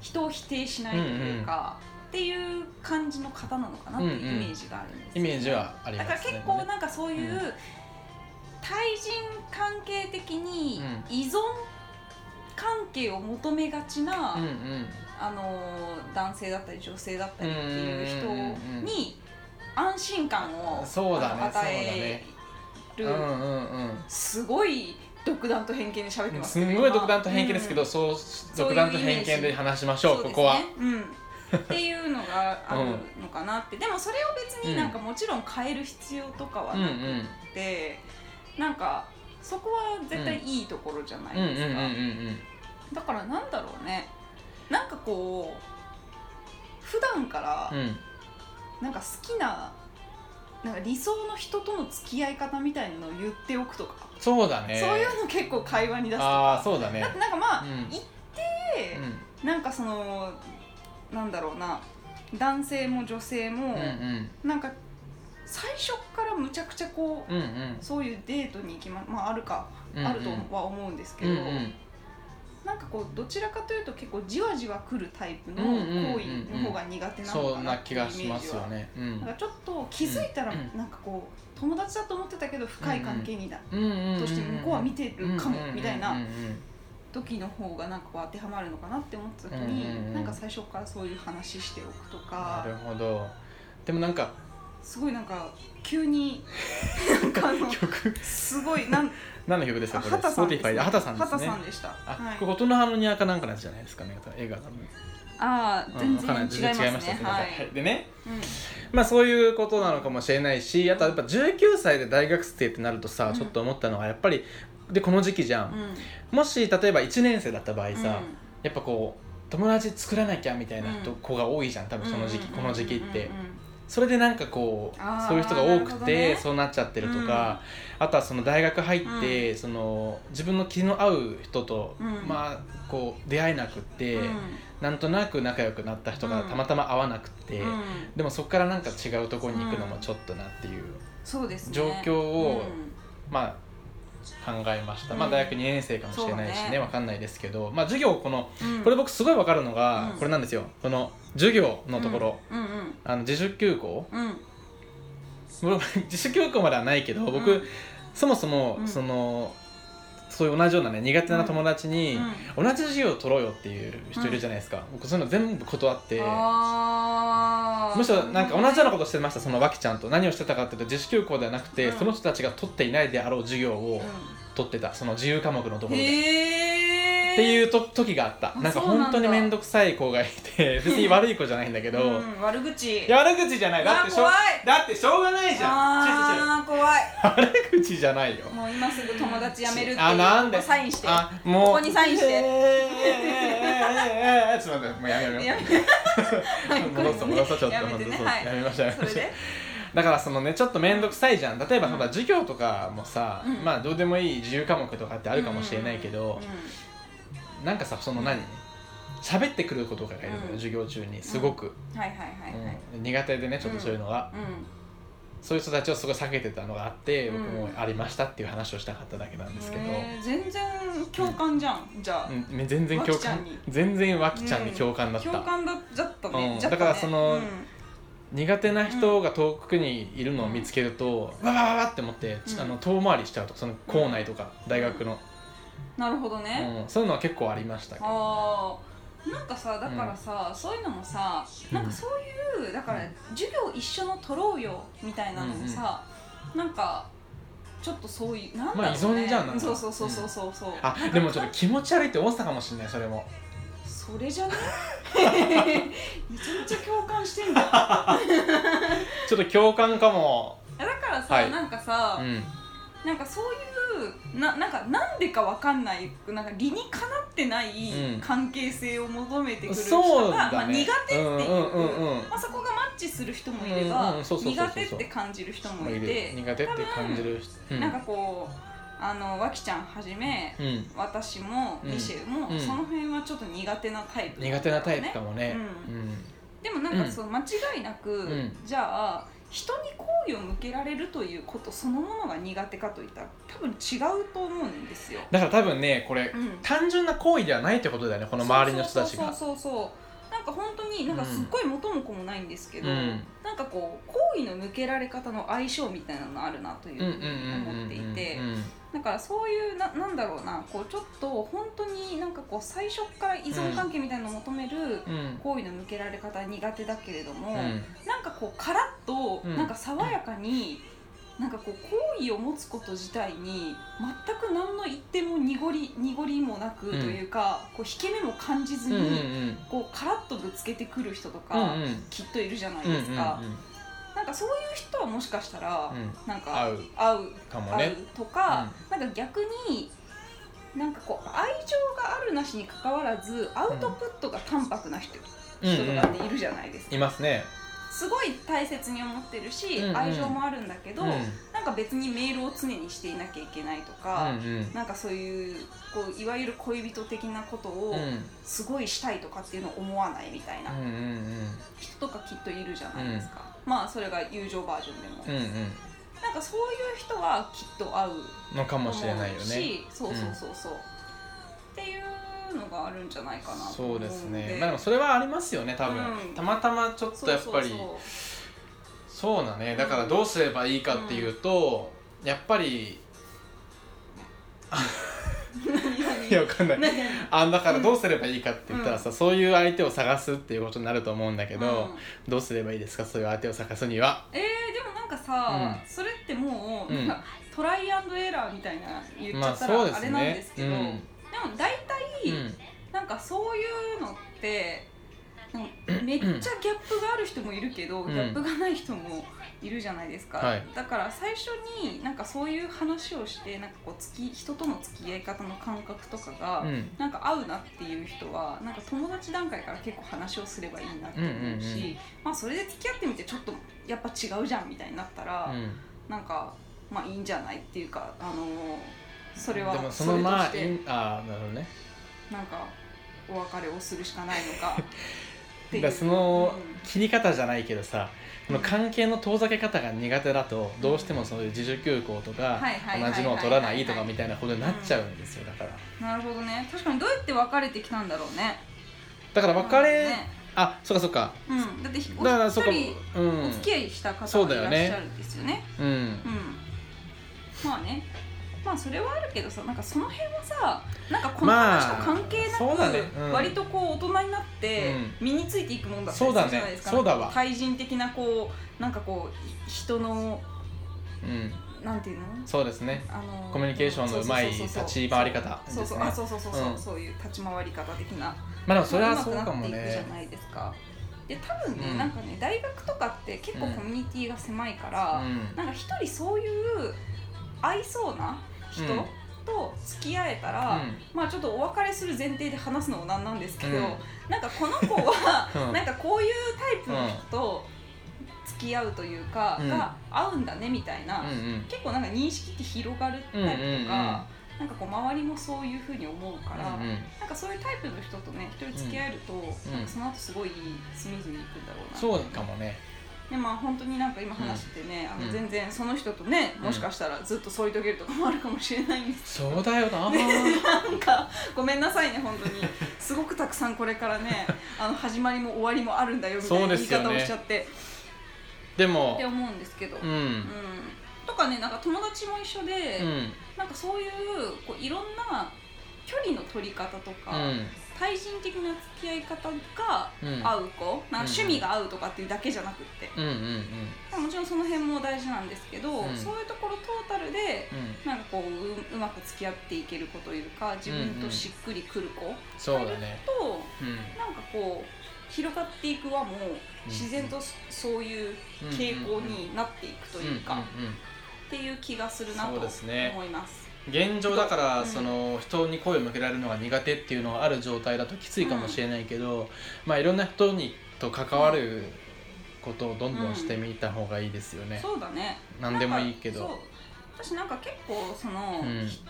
Speaker 2: 人を否定しないというか、っていう感じの方なのかなっていうイメージがあるんです
Speaker 1: イ
Speaker 2: よね、
Speaker 1: メージはありま
Speaker 2: だ
Speaker 1: す
Speaker 2: か
Speaker 1: ね
Speaker 2: ら結構
Speaker 1: ね
Speaker 2: なんかそういう、
Speaker 1: うん
Speaker 2: 対人関係的に依存関係を求めがちな、
Speaker 1: うんうん
Speaker 2: あのー男性だったり女性だったりっていう人
Speaker 1: うんうんうんうん
Speaker 2: に安心感を
Speaker 1: そうだね
Speaker 2: あの与え
Speaker 1: う
Speaker 2: る、
Speaker 1: んうん
Speaker 2: すごい独断と偏見で喋って
Speaker 1: うん
Speaker 2: ます
Speaker 1: す
Speaker 2: けど
Speaker 1: んごい独断と偏見ですけど、
Speaker 2: うん
Speaker 1: そう
Speaker 2: ういう
Speaker 1: 独
Speaker 2: イメージ
Speaker 1: 断と偏見で話しましょう
Speaker 2: そう
Speaker 1: こ
Speaker 2: です
Speaker 1: こは、
Speaker 2: ね
Speaker 1: <laughs>
Speaker 2: うん、っていうのがあるのかなって、でもそれを別になんかもちろん変える必要とかは
Speaker 1: うんう
Speaker 2: なんくて、なんかそこは絶対いいところじゃない
Speaker 1: うんうんうん
Speaker 2: ですか、
Speaker 1: うん
Speaker 2: だからなんだろうねなんかこう普段から
Speaker 1: うん
Speaker 2: なんか好きななんか理想の人との付き合い方みたいなのを言っておくとか、
Speaker 1: そうだね
Speaker 2: そういうの結構会話に出すとか
Speaker 1: ああそうだね
Speaker 2: だってなんかまあ、
Speaker 1: うん
Speaker 2: 行って、なんかそのなんだろうな男性も女性
Speaker 1: う
Speaker 2: も、
Speaker 1: んうん
Speaker 2: なんか最初からむちゃくちゃこう、
Speaker 1: うんうん
Speaker 2: そういうデートに行きままああるか、
Speaker 1: うん
Speaker 2: あるとは思うんですけ
Speaker 1: うん
Speaker 2: ど、
Speaker 1: うんうん
Speaker 2: なんかこうどちらかというと結構じわじわ来るタイプの
Speaker 1: うんうんうんうん
Speaker 2: 行為の方が苦手なの
Speaker 1: そ
Speaker 2: か
Speaker 1: う
Speaker 2: な
Speaker 1: な
Speaker 2: っ
Speaker 1: 気
Speaker 2: ていうイメ
Speaker 1: が
Speaker 2: ー
Speaker 1: し
Speaker 2: ジは。
Speaker 1: ますよねう
Speaker 2: なん
Speaker 1: ん
Speaker 2: かちょっと気づいたら
Speaker 1: うん
Speaker 2: なんかこう友達だと思ってたけど深い関係にだ
Speaker 1: うんうんうん
Speaker 2: として向こうは見てるかもみたいな
Speaker 1: うんうんうん
Speaker 2: 時の方がなんかこう当てはまるのかなって思った時
Speaker 1: うんうんうん
Speaker 2: になんか最初からそういう話しておくと
Speaker 1: な
Speaker 2: か
Speaker 1: るほどでもなんか
Speaker 2: すごいなんか急になんかあの
Speaker 1: 曲
Speaker 2: すごいなん
Speaker 1: 何の曲です
Speaker 2: あ
Speaker 1: かこれ
Speaker 2: 畑さんです
Speaker 1: Spotify であ畑さんです
Speaker 2: 畑
Speaker 1: ね
Speaker 2: さんでした
Speaker 1: あ、
Speaker 2: はい
Speaker 1: これ大人派のニアかなんかなんじゃないですかね映画多分
Speaker 2: ああ全
Speaker 1: うんわかんない
Speaker 2: 然違います
Speaker 1: 全然
Speaker 2: ねは
Speaker 1: すみません
Speaker 2: い
Speaker 1: でね
Speaker 2: うん
Speaker 1: まあそういうことなのかもしれないしあとやっぱ19歳で大学生ってなるとさ、
Speaker 2: うん
Speaker 1: ちょっと思ったのはやっぱりでこの時期じゃん、もし例えば1年生だった場合
Speaker 2: うん
Speaker 1: さ、やっぱこう友達作らなきゃみたいな人
Speaker 2: うん
Speaker 1: 子が多いじゃん多分その時期、
Speaker 2: う
Speaker 1: こ
Speaker 2: ん
Speaker 1: の時期って、
Speaker 2: うんうんうん
Speaker 1: それでなんかこ
Speaker 2: あ
Speaker 1: う
Speaker 2: ー
Speaker 1: そういう人が多
Speaker 2: なる
Speaker 1: く
Speaker 2: ほど
Speaker 1: て、
Speaker 2: ね
Speaker 1: そうなっちゃってるとか、あとはその大学入って、その自分の気の合う人と、
Speaker 2: うん
Speaker 1: まあこう出会えなくって、なんとなく仲良くなった人が
Speaker 2: うん
Speaker 1: たまたま会わなくて、
Speaker 2: うんうん
Speaker 1: でもそこからなんか違うところに行くのもちょっとなっていう、
Speaker 2: そうですね
Speaker 1: 状況を
Speaker 2: うん
Speaker 1: まあ考えました、まあ
Speaker 2: うん
Speaker 1: 大学2年生かもしれないし
Speaker 2: そ
Speaker 1: ね
Speaker 2: うだね
Speaker 1: わかんないですけどまあ授業この
Speaker 2: うん
Speaker 1: これ僕すごいわかるのが、
Speaker 2: うん
Speaker 1: これなんですよこの授業のところ、
Speaker 2: うんうん
Speaker 1: あの自主休校 <laughs>
Speaker 2: うん
Speaker 1: 僕自主休校まではないけど僕、
Speaker 2: うん
Speaker 1: そもそも、
Speaker 2: うん
Speaker 1: そのそういう同じようなね苦手な友達に、同じ授業を取ろうよっていう人いるじゃないですか、僕そういうの全部断って
Speaker 2: あー
Speaker 1: むしろなんか同じようなことしてましたそのわきちゃんと何をしてたかっていうと自主休校ではなくて、
Speaker 2: うん
Speaker 1: その人たちが取っていないであろう授業を
Speaker 2: う
Speaker 1: 取ってたその自由科目のところで。
Speaker 2: んへえ
Speaker 1: っていうと時があった
Speaker 2: あ
Speaker 1: なんか
Speaker 2: そうなんだ
Speaker 1: 本当に面倒くさい子がいて別に悪い子じゃないんだけど、
Speaker 2: うん悪口
Speaker 1: いや悪口じゃないだってしょう
Speaker 2: あ怖い
Speaker 1: だってしょうがないじゃん違う違う違う
Speaker 2: あー怖い
Speaker 1: 悪口じゃないよ
Speaker 2: もう今すぐ友達辞めるっていう
Speaker 1: あなんで
Speaker 2: サインして
Speaker 1: あもう
Speaker 2: ここにサインして
Speaker 1: えーえーえーえーえーえーちょっと待ってもうやめようや
Speaker 2: や
Speaker 1: めよ
Speaker 2: め
Speaker 1: う戻そう戻そうちょっと
Speaker 2: やめて
Speaker 1: 戻
Speaker 2: ね
Speaker 1: そう
Speaker 2: はい
Speaker 1: やめましょうやめ
Speaker 2: そ
Speaker 1: まし
Speaker 2: れ
Speaker 1: ょう
Speaker 2: で
Speaker 1: だからそのねちょっと面倒くさいじゃん例えばほら、
Speaker 2: うん
Speaker 1: 授業とかもさ、
Speaker 2: うん
Speaker 1: まあどうでもいい自由科目とか <laughs> ってあるかもしれないけど、なんかさその何喋ってくることがいるのよ、
Speaker 2: うん
Speaker 1: 授業中にすごく、
Speaker 2: うんはいはいはいはい
Speaker 1: うん苦手でねちょっとそういうのが、
Speaker 2: う
Speaker 1: そういう人たちをすごい避けてたのがあって、
Speaker 2: うん
Speaker 1: 僕もありましたっていう話をしたかっただけなんですけど、
Speaker 2: んへー全然共感じゃんじゃあ
Speaker 1: うん、全然共
Speaker 2: わきちゃ
Speaker 1: 感
Speaker 2: んに
Speaker 1: 全然わきちゃんに共感だった、
Speaker 2: 共感だだった
Speaker 1: う
Speaker 2: ね
Speaker 1: ん
Speaker 2: じゃっ
Speaker 1: だ
Speaker 2: たね
Speaker 1: からその
Speaker 2: うん
Speaker 1: 苦手な人が遠くにいるのを見つけると、わわわわって思って、ち
Speaker 2: うん
Speaker 1: あの遠回りしちゃうとかその校内とか大学の、
Speaker 2: なるほどね、
Speaker 1: うんそういうのは結構ありましたけど
Speaker 2: あーなんかさだからさ、そういうのもさなんかそういうだから
Speaker 1: うん
Speaker 2: 授業一緒の取ろうよみたいなのもさ、なんかちょっとそういうなんだろう、ね
Speaker 1: まあ依存じゃんなんか
Speaker 2: そうそうそうそうそうそう、
Speaker 1: あでもちょっと気持ち悪いって思ってたかもしれないそれも
Speaker 2: そ
Speaker 1: <laughs>
Speaker 2: れじゃねめちゃめちゃ共感して
Speaker 1: <laughs>
Speaker 2: んだよだ
Speaker 1: ちょっと共感かも
Speaker 2: からさ、
Speaker 1: はい
Speaker 2: なんかさ
Speaker 1: う、ん
Speaker 2: なんかそういうななんかなんでかわかんないなんか理にかなってない
Speaker 1: うん
Speaker 2: 関係性を求めてくる人が、
Speaker 1: そう
Speaker 2: まあ、
Speaker 1: だ
Speaker 2: 苦手っ
Speaker 1: ね
Speaker 2: ていう,、
Speaker 1: うんうんうんうん
Speaker 2: まあ、そこがマッチする人もいれば、
Speaker 1: うんうんそうそうそうそう
Speaker 2: 苦手って感じる人もい
Speaker 1: いる
Speaker 2: て、
Speaker 1: 苦手って感じる人うん
Speaker 2: なんかこうあのわきちゃんはじめ
Speaker 1: うん
Speaker 2: 私も
Speaker 1: うん
Speaker 2: ミシェルも、
Speaker 1: うん
Speaker 2: その辺はちょっと苦手なタイプ、
Speaker 1: 苦手なタイプかもね
Speaker 2: う
Speaker 1: うん
Speaker 2: でもなんかその間違いなく、
Speaker 1: うん
Speaker 2: じゃあ人に好意を向けられるということそのものが苦手かといったら多分違うと思うんですよ。
Speaker 1: だから多分ねこれ
Speaker 2: うん
Speaker 1: 単純な行為ではないってことだよねこの周りの人たちが
Speaker 2: そうそうそうそうそうなんか本当になんかすっごい元も子もないんですけど、
Speaker 1: うん
Speaker 2: なんかこう好意の向けられ方の相性みたいなのあるなというふうに思っていて
Speaker 1: うん
Speaker 2: だからそういうななんだろうなこうちょっと本当になんかこう最初から依存関係みたいなのを求める
Speaker 1: うんうん
Speaker 2: 好意の向けられ方は苦手だけれども、
Speaker 1: うん
Speaker 2: なんかこうカラッと
Speaker 1: うん
Speaker 2: なんか爽やかに、なんかこう好意を持つこと自体に全く何の一点も濁り濁りもなくと
Speaker 1: うん
Speaker 2: いうか、こう引け目も感じず
Speaker 1: うん
Speaker 2: に、
Speaker 1: うんうん
Speaker 2: こうカラッとぶつけてくる人と
Speaker 1: うん
Speaker 2: か、
Speaker 1: うん
Speaker 2: きっといるじゃない
Speaker 1: うんうん
Speaker 2: ですか、なんかそういう人はもしかしたら、
Speaker 1: うん
Speaker 2: なんか
Speaker 1: 合う
Speaker 2: 合う
Speaker 1: かも
Speaker 2: 合う
Speaker 1: ね
Speaker 2: とか、なんか逆になんかこう愛情があるなしにかかわらずアウトプットが淡白な人,、
Speaker 1: うん
Speaker 2: 人とかっているじゃないですか、
Speaker 1: いますね
Speaker 2: すごい大切に思ってるし、
Speaker 1: うんうん
Speaker 2: 愛情もあるんだけど、
Speaker 1: うん
Speaker 2: なんか別にメールを常にしていなきゃいけないと
Speaker 1: うん
Speaker 2: か、なんかそういうこういわゆる恋人的なこと
Speaker 1: うん
Speaker 2: を
Speaker 1: うん
Speaker 2: すごいしたいとかっていうのを思わないみたいな
Speaker 1: うんうん
Speaker 2: 人とかきっといるじゃないですか、まあそれが友情バージョンでも、
Speaker 1: うんうん
Speaker 2: なんかそういう人はきっと合う
Speaker 1: のか
Speaker 2: か
Speaker 1: もしれないよね
Speaker 2: しそうそうそうそう、っていうのがあるんじゃないかなと思
Speaker 1: そううん
Speaker 2: で
Speaker 1: ですねまあでもそれはありますよね多分、
Speaker 2: うん
Speaker 1: たまたまちょっとやっぱり
Speaker 2: そうそう
Speaker 1: そうだねだからどうすればいいかっていうと、やっぱ
Speaker 2: <laughs>
Speaker 1: り
Speaker 2: そう
Speaker 1: いやわか <laughs> んない
Speaker 2: 何々
Speaker 1: あだからどうすればいいかって言ったらさ、そういう相手を探すっていうことになると思うんだけど、
Speaker 2: うん
Speaker 1: どうすればいいですかそういう相手を探すには
Speaker 2: えー、でもなんかさ、
Speaker 1: う
Speaker 2: それってもう、
Speaker 1: うん
Speaker 2: なんかトライアンドエラーみたいな言っち
Speaker 1: ま
Speaker 2: ゃ
Speaker 1: あ
Speaker 2: った
Speaker 1: そう
Speaker 2: ら
Speaker 1: で
Speaker 2: あ
Speaker 1: す
Speaker 2: れなんで
Speaker 1: ね
Speaker 2: すけど、でも大
Speaker 1: う
Speaker 2: 体、
Speaker 1: んうん
Speaker 2: なんかそういうのってなんかめっちゃギャップがある人もいるけど、
Speaker 1: うん
Speaker 2: ギャップがない人もいるじゃないですか、
Speaker 1: はい
Speaker 2: だから最初になんかそういう話をしてなんかこうつき人との付き合い方の感覚とかが、
Speaker 1: うん
Speaker 2: なんか合うなっていう人はなんか友達段階から結構話をすればいいなって思うし、
Speaker 1: うんうんうん
Speaker 2: まあ、それで付き合ってみてちょっとやっぱ違うじゃんみたいになったら、
Speaker 1: うん
Speaker 2: なんかまあいいんじゃないっていうか、あのそれ
Speaker 1: でも
Speaker 2: は
Speaker 1: そ
Speaker 2: そ
Speaker 1: の
Speaker 2: れと
Speaker 1: まあ
Speaker 2: して
Speaker 1: いあーなるほどね
Speaker 2: なんかお別れをするしかないのかっ
Speaker 1: <laughs> だ
Speaker 2: てい
Speaker 1: か
Speaker 2: う
Speaker 1: らその
Speaker 2: うん
Speaker 1: 切り方じゃないけどさ、その関係の遠ざけ方が苦手だとどうしてもそういう自主休校とか
Speaker 2: はいはいはいはいはい
Speaker 1: 同じのを取らないとかみたいなことになっちゃうんですよだから
Speaker 2: なるほどね確かにどうやって別れてきたんだろうね
Speaker 1: だから別れ、
Speaker 2: ね
Speaker 1: あそっかそっか
Speaker 2: うん、だってひお
Speaker 1: だからそ
Speaker 2: 一
Speaker 1: こ
Speaker 2: 人
Speaker 1: う
Speaker 2: お
Speaker 1: ん
Speaker 2: 付き合いした方
Speaker 1: そう
Speaker 2: が
Speaker 1: だ
Speaker 2: い
Speaker 1: よ
Speaker 2: らっ
Speaker 1: ね
Speaker 2: しゃるんですよね
Speaker 1: うん
Speaker 2: うんまあねまあそれはあるけどさなんかその辺はさなんかこの話と関係なく、
Speaker 1: まあそうだねうん
Speaker 2: 割とこう大人になって身についていくもんだった
Speaker 1: そう
Speaker 2: りする
Speaker 1: だ
Speaker 2: じゃ
Speaker 1: ね
Speaker 2: ないですか、
Speaker 1: そうだわ
Speaker 2: 対人的なこうなんかこう人の
Speaker 1: うん
Speaker 2: なんていうの
Speaker 1: そうですね
Speaker 2: あの
Speaker 1: コミュニケーションのうまい
Speaker 2: そうそうそうそう
Speaker 1: 立ち回り方
Speaker 2: そうそう
Speaker 1: ですね
Speaker 2: あそうそうそうそう、
Speaker 1: うん
Speaker 2: そういう立ち回り方的な
Speaker 1: まあでもそれはそう
Speaker 2: まあ
Speaker 1: か
Speaker 2: うま
Speaker 1: も
Speaker 2: くなっていくじゃ
Speaker 1: ね
Speaker 2: ないですかで多分ね、
Speaker 1: うん
Speaker 2: なんかね大学とかって結構
Speaker 1: うん
Speaker 2: コミュニティが狭いか
Speaker 1: う
Speaker 2: ら、
Speaker 1: ん
Speaker 2: なんか一人そういう合いそうな人
Speaker 1: うん
Speaker 2: と付き合えたら、まあちょっとお別れする前提で話すのもなんなんですけど、
Speaker 1: うん
Speaker 2: なんかこの子は
Speaker 1: <laughs> うん
Speaker 2: なんかこういうタイプの人と付き合うというか、
Speaker 1: うん
Speaker 2: が合うんだねみたいな、
Speaker 1: うんうん
Speaker 2: 結構なんか認識って広がるタイプとか、
Speaker 1: うんうんうん
Speaker 2: なんかこう周りもそういうふうに思うから、
Speaker 1: うんうん
Speaker 2: なんかそういうタイプの人とね一人付き合えると、なんかその後すごいスムーズにいくんだろうな
Speaker 1: そうかもね
Speaker 2: でまあ本当になんか今話しててね、あ
Speaker 1: う
Speaker 2: の
Speaker 1: ん
Speaker 2: 全然その人とね、
Speaker 1: うん
Speaker 2: もしかしたらずっと添い遂げるとかもあるかもしれないんです
Speaker 1: そうだよ
Speaker 2: <laughs>
Speaker 1: な
Speaker 2: なんかごめんなさいね本当に
Speaker 1: <laughs>
Speaker 2: すごくたくさんこれからねあの始まりも終わりもあるんだよみたい
Speaker 1: そ
Speaker 2: な
Speaker 1: うで
Speaker 2: 言い
Speaker 1: すよね
Speaker 2: 方をしちゃって、
Speaker 1: で
Speaker 2: っ
Speaker 1: も
Speaker 2: て思うんですけど、
Speaker 1: う
Speaker 2: うん
Speaker 1: ん
Speaker 2: とかねなんか友達も一緒で、
Speaker 1: うん
Speaker 2: なんかそういうこういろんな距離の取り方とか、対人的な付き合い方が
Speaker 1: うんうん
Speaker 2: 合う子、なんか趣味が合うとかっていうだけじゃなくって、
Speaker 1: うんうんうん
Speaker 2: もちろんその辺も大事なんですけど、
Speaker 1: うん
Speaker 2: そういうところトータルで
Speaker 1: うん
Speaker 2: なんかこうううまく付き合っていける子というか自分としっくりくる子
Speaker 1: そうだね
Speaker 2: と、
Speaker 1: うん
Speaker 2: なんかこう広がっていく輪も自然とそそういう傾向になっていくというか、
Speaker 1: うん
Speaker 2: っ
Speaker 1: うんうん
Speaker 2: ていう気がするな
Speaker 1: そ
Speaker 2: と
Speaker 1: うですね
Speaker 2: 思います。
Speaker 1: 現状だから、
Speaker 2: うん
Speaker 1: その人に声を向けられるのが苦手っていうのがある状態だときついかもしれないけど、まあいろんな人にと関わることをどんどんしてみた方がいいですよね、
Speaker 2: そうだね
Speaker 1: なん、何でもいいけど
Speaker 2: なんかそう私なんか結構その、
Speaker 1: うん
Speaker 2: 人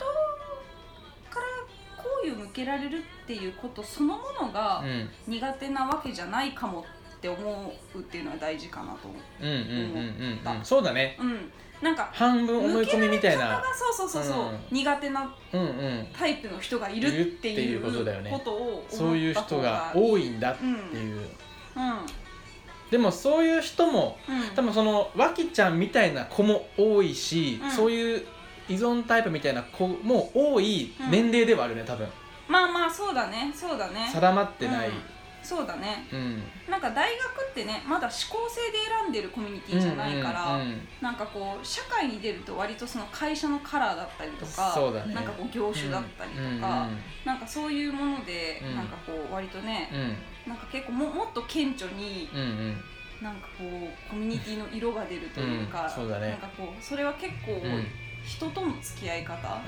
Speaker 2: から好意を向けられるっていうことそのものが
Speaker 1: うんうん
Speaker 2: 苦手なわけじゃないかもって思うっていうのは大事かなと思
Speaker 1: うんうんうん、う、
Speaker 2: うんん
Speaker 1: そうだね
Speaker 2: ううんなんか
Speaker 1: 半分思い込みみたい
Speaker 2: 人が
Speaker 1: な
Speaker 2: そうそうそうそう、
Speaker 1: うん
Speaker 2: 苦手な
Speaker 1: うんうん
Speaker 2: タイプの人がいるって
Speaker 1: いるってい
Speaker 2: いうう
Speaker 1: ことだよね
Speaker 2: ことを思った方
Speaker 1: そういう人が多いんだっていう、
Speaker 2: うん
Speaker 1: でもそういう人も
Speaker 2: うん
Speaker 1: 多分そのわきちゃんみたいな子も多いし、
Speaker 2: うん
Speaker 1: そういう依存タイプみたいな子も多い年齢ではあるよね多分、
Speaker 2: まあまあそうだねそうだね
Speaker 1: 定まってない、
Speaker 2: そうだね
Speaker 1: うん、
Speaker 2: なんか大学ってねまだ指向性で選んでるコミュニティじゃないから、
Speaker 1: うんうんうん
Speaker 2: なんかこう社会に出ると割とその会社のカラーだったりとか
Speaker 1: そうだね
Speaker 2: なんかこう業種だったりとか、なんかそういうもので、
Speaker 1: うん
Speaker 2: なんかこう割とね
Speaker 1: う、ん
Speaker 2: なんか結構ももっと顕著に
Speaker 1: うんうんうん
Speaker 2: なんかこうコミュニティの色が出るというか、
Speaker 1: うんそうだね
Speaker 2: なんかこうそれは結構、
Speaker 1: うんうん
Speaker 2: 人との付き合い方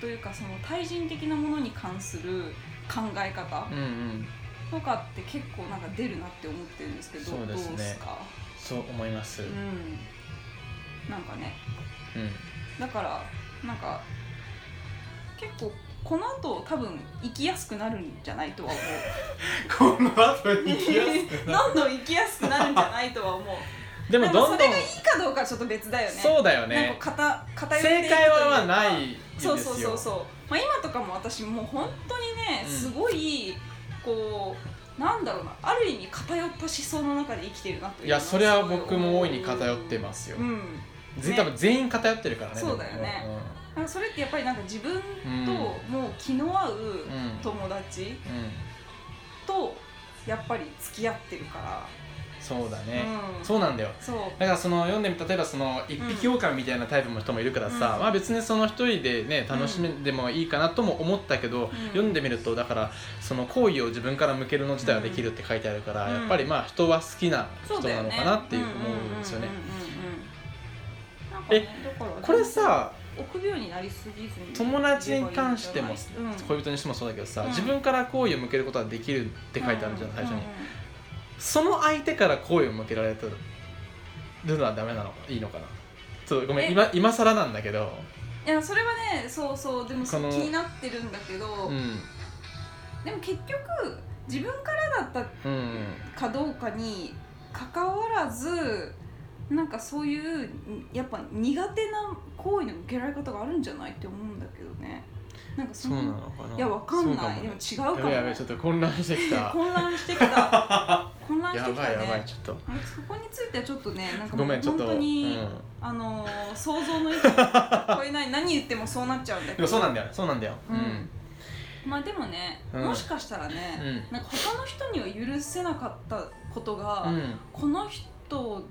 Speaker 2: というかその対人的なものに関する考え方
Speaker 1: うんうん
Speaker 2: とかって結構なんか出るなって思ってるんですけど
Speaker 1: そうですね
Speaker 2: どうですか、
Speaker 1: そう思います、
Speaker 2: う
Speaker 1: うん
Speaker 2: ん、なんかねだからなんか結構この後多分生きやすくなるんじゃないとは思
Speaker 1: この後
Speaker 2: うどんどん生きやすくなるんじゃないとは思う
Speaker 1: でも
Speaker 2: でも
Speaker 1: ど
Speaker 2: そ
Speaker 1: んど
Speaker 2: れ
Speaker 1: ん
Speaker 2: がいいかどうかはちょっと別だよね
Speaker 1: そうだよ
Speaker 2: なん
Speaker 1: ね
Speaker 2: か片偏って
Speaker 1: 正
Speaker 2: いくというか
Speaker 1: 解はまあないです
Speaker 2: そ
Speaker 1: よ
Speaker 2: うそうそうそう、まあ、今とかも私もう本当にね
Speaker 1: うん
Speaker 2: すごい、こうなんだろうなある意味偏った思想の中で生きてるなという
Speaker 1: い
Speaker 2: の
Speaker 1: やそれは僕も大いに
Speaker 2: すご
Speaker 1: 偏ってますよ、
Speaker 2: 思ううん
Speaker 1: ぜ
Speaker 2: ね
Speaker 1: 多分全員偏ってるからね
Speaker 2: そうだよねなんかそれってやっぱりなんか自分ともう気の合う
Speaker 1: うんうん
Speaker 2: 友達
Speaker 1: うん
Speaker 2: とやっぱり付き合ってるか
Speaker 1: そうだ
Speaker 2: ら、
Speaker 1: ね、
Speaker 2: うん、
Speaker 1: そうなんだよ
Speaker 2: そう
Speaker 1: だからその読んでみ例えばその一匹狼みたいなタイプの人もいるからさ、
Speaker 2: うん
Speaker 1: まあ別にその一人でね
Speaker 2: うん
Speaker 1: 楽しんでもいいかなとも思ったけど、読んでみるとだからその好意を自分から向けるの自体はできるって書いてあるから、
Speaker 2: うん
Speaker 1: やっぱりまあ人は好きな
Speaker 2: そ
Speaker 1: 人
Speaker 2: うだ
Speaker 1: な
Speaker 2: よ
Speaker 1: の
Speaker 2: ね
Speaker 1: かなっていう思うんですよね。
Speaker 2: うんうんうんうんうんなんかねだから
Speaker 1: これさ
Speaker 2: 臆病になりすぎずに
Speaker 1: 友達に関しても
Speaker 2: うん、
Speaker 1: 恋人にしてもそうだけどさ、
Speaker 2: うん
Speaker 1: 自分から好意を向けることはできるって書いてあるじゃん、
Speaker 2: う
Speaker 1: 最初に、
Speaker 2: うんうん
Speaker 1: その相手から好意を向けられてるのはダメなのいいのかなちょっとごめん
Speaker 2: え
Speaker 1: 今今更なんだけど、
Speaker 2: いやそれはねそうそうでも
Speaker 1: こ
Speaker 2: 気
Speaker 1: の
Speaker 2: になってるんだけど、
Speaker 1: うん
Speaker 2: でも結局自分からだった
Speaker 1: うん、
Speaker 2: かどうかに関わらずなんかそういうやっぱ苦手な行為の受けられ方があるんじゃないって思うんだけどねなんかそ
Speaker 1: そう
Speaker 2: の
Speaker 1: なのかない
Speaker 2: いやわかんないでも違うかも
Speaker 1: やべやべちょっと混乱してきた
Speaker 2: 混乱してきた
Speaker 1: <laughs>
Speaker 2: 混乱して
Speaker 1: や
Speaker 2: きた
Speaker 1: ばい
Speaker 2: ね
Speaker 1: やばいちょっと
Speaker 2: なんかそこについてはちょっとねなんかも
Speaker 1: ご
Speaker 2: う
Speaker 1: めんちょっ
Speaker 2: 本
Speaker 1: と
Speaker 2: 当に、
Speaker 1: うん
Speaker 2: あのー想像
Speaker 1: <laughs>
Speaker 2: の域が超えない何言ってもそうなっちゃうんだけ
Speaker 1: で
Speaker 2: ど
Speaker 1: もそうなんだよそうなんだよ
Speaker 2: うんまあでもね、
Speaker 1: うん
Speaker 2: もしかしたらね、なんか他の人には許せなかったことが、
Speaker 1: うんうん
Speaker 2: この人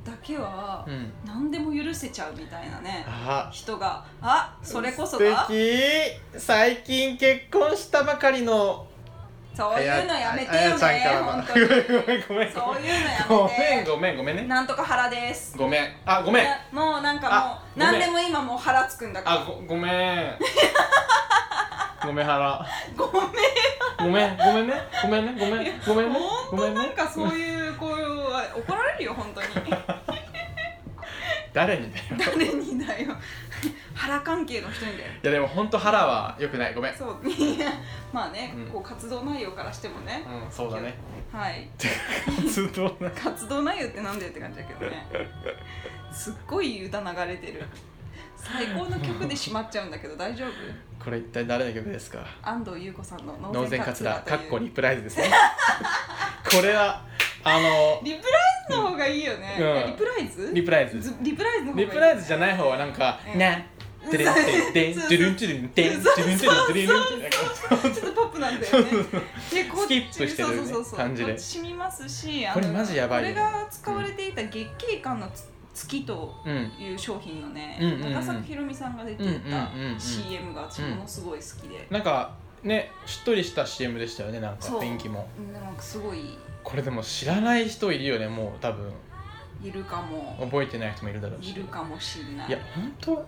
Speaker 2: だけは
Speaker 1: うん
Speaker 2: 何でも許せちゃうみたいなね、
Speaker 1: あ
Speaker 2: 人があそれこそ
Speaker 1: 素
Speaker 2: が
Speaker 1: 敵最近結婚したばかりの
Speaker 2: そういうのやめ
Speaker 1: あ
Speaker 2: てよ
Speaker 1: やちゃんから
Speaker 2: ね
Speaker 1: の
Speaker 2: 本当
Speaker 1: ご
Speaker 2: に
Speaker 1: めんごめんごめんご
Speaker 2: <laughs> そういうのやめ
Speaker 1: めん
Speaker 2: て
Speaker 1: ごめんごめんね
Speaker 2: なんとか腹です
Speaker 1: ごめんあごめん
Speaker 2: いやもうなんか
Speaker 1: あ
Speaker 2: もう何
Speaker 1: ごめん
Speaker 2: でも今もう腹つくんだから
Speaker 1: あごごめんごめんはら
Speaker 2: ごめん
Speaker 1: ごめんごめんねごめんねごめんごめんねごめ
Speaker 2: 本当
Speaker 1: ん
Speaker 2: なん
Speaker 1: ね
Speaker 2: かそういうこういう怒られるよ本当に
Speaker 1: 誰にだよ
Speaker 2: 誰にだよ <laughs> 腹関係の人にだよ
Speaker 1: いやでも本当腹は良くないごめん
Speaker 2: そういや <laughs> まあね、
Speaker 1: うん
Speaker 2: こう活動内容からしてもね、
Speaker 1: うんそうだね
Speaker 2: はい
Speaker 1: 活動な
Speaker 2: 活動内容ってなんだよって感じだけどねすっごい歌流れてる最高の曲で閉まっちゃうんだけど大丈夫
Speaker 1: <laughs> これ一体誰の曲ですか
Speaker 2: 安藤優子さんの「
Speaker 1: ノ
Speaker 2: ノ
Speaker 1: ーゼ
Speaker 2: ーゼ
Speaker 1: ン
Speaker 2: ン
Speaker 1: カ
Speaker 2: カ
Speaker 1: ツ
Speaker 2: ツ
Speaker 1: ラ
Speaker 2: ラ」
Speaker 1: かっこ
Speaker 2: リ
Speaker 1: リプライズですねこれはあの
Speaker 2: リプライの方がいいよね、
Speaker 1: うん
Speaker 2: リプライズ
Speaker 1: リプライズ
Speaker 2: ずリプライズの方がい
Speaker 1: リ
Speaker 2: い
Speaker 1: プライズじゃない方はなんか「
Speaker 2: うん
Speaker 1: ね」てれんてんてんてるんてるんてんてるんてるんてるんてるんてるん
Speaker 2: ちょっとポップなんだよねでこっち
Speaker 1: スキップしてるね
Speaker 2: そうそうそうそう
Speaker 1: 感じで
Speaker 2: こっち染みますしあの
Speaker 1: これマジやばいよ
Speaker 2: これが使われていた月桂冠のつ月と
Speaker 1: うん
Speaker 2: いう商品のね、
Speaker 1: うんうんうん
Speaker 2: 高作ひろみさんが出ていた
Speaker 1: うんうんうんうん
Speaker 2: CM が私ものすごい好きで、
Speaker 1: なんかねしっとりした CM でしたよねなんか
Speaker 2: そう
Speaker 1: 雰囲気も
Speaker 2: なんかすごい
Speaker 1: これでも知らない人いるよねもう多分
Speaker 2: いるかも
Speaker 1: 覚えてない人もいるだろうし
Speaker 2: いるかもしんない
Speaker 1: いや本当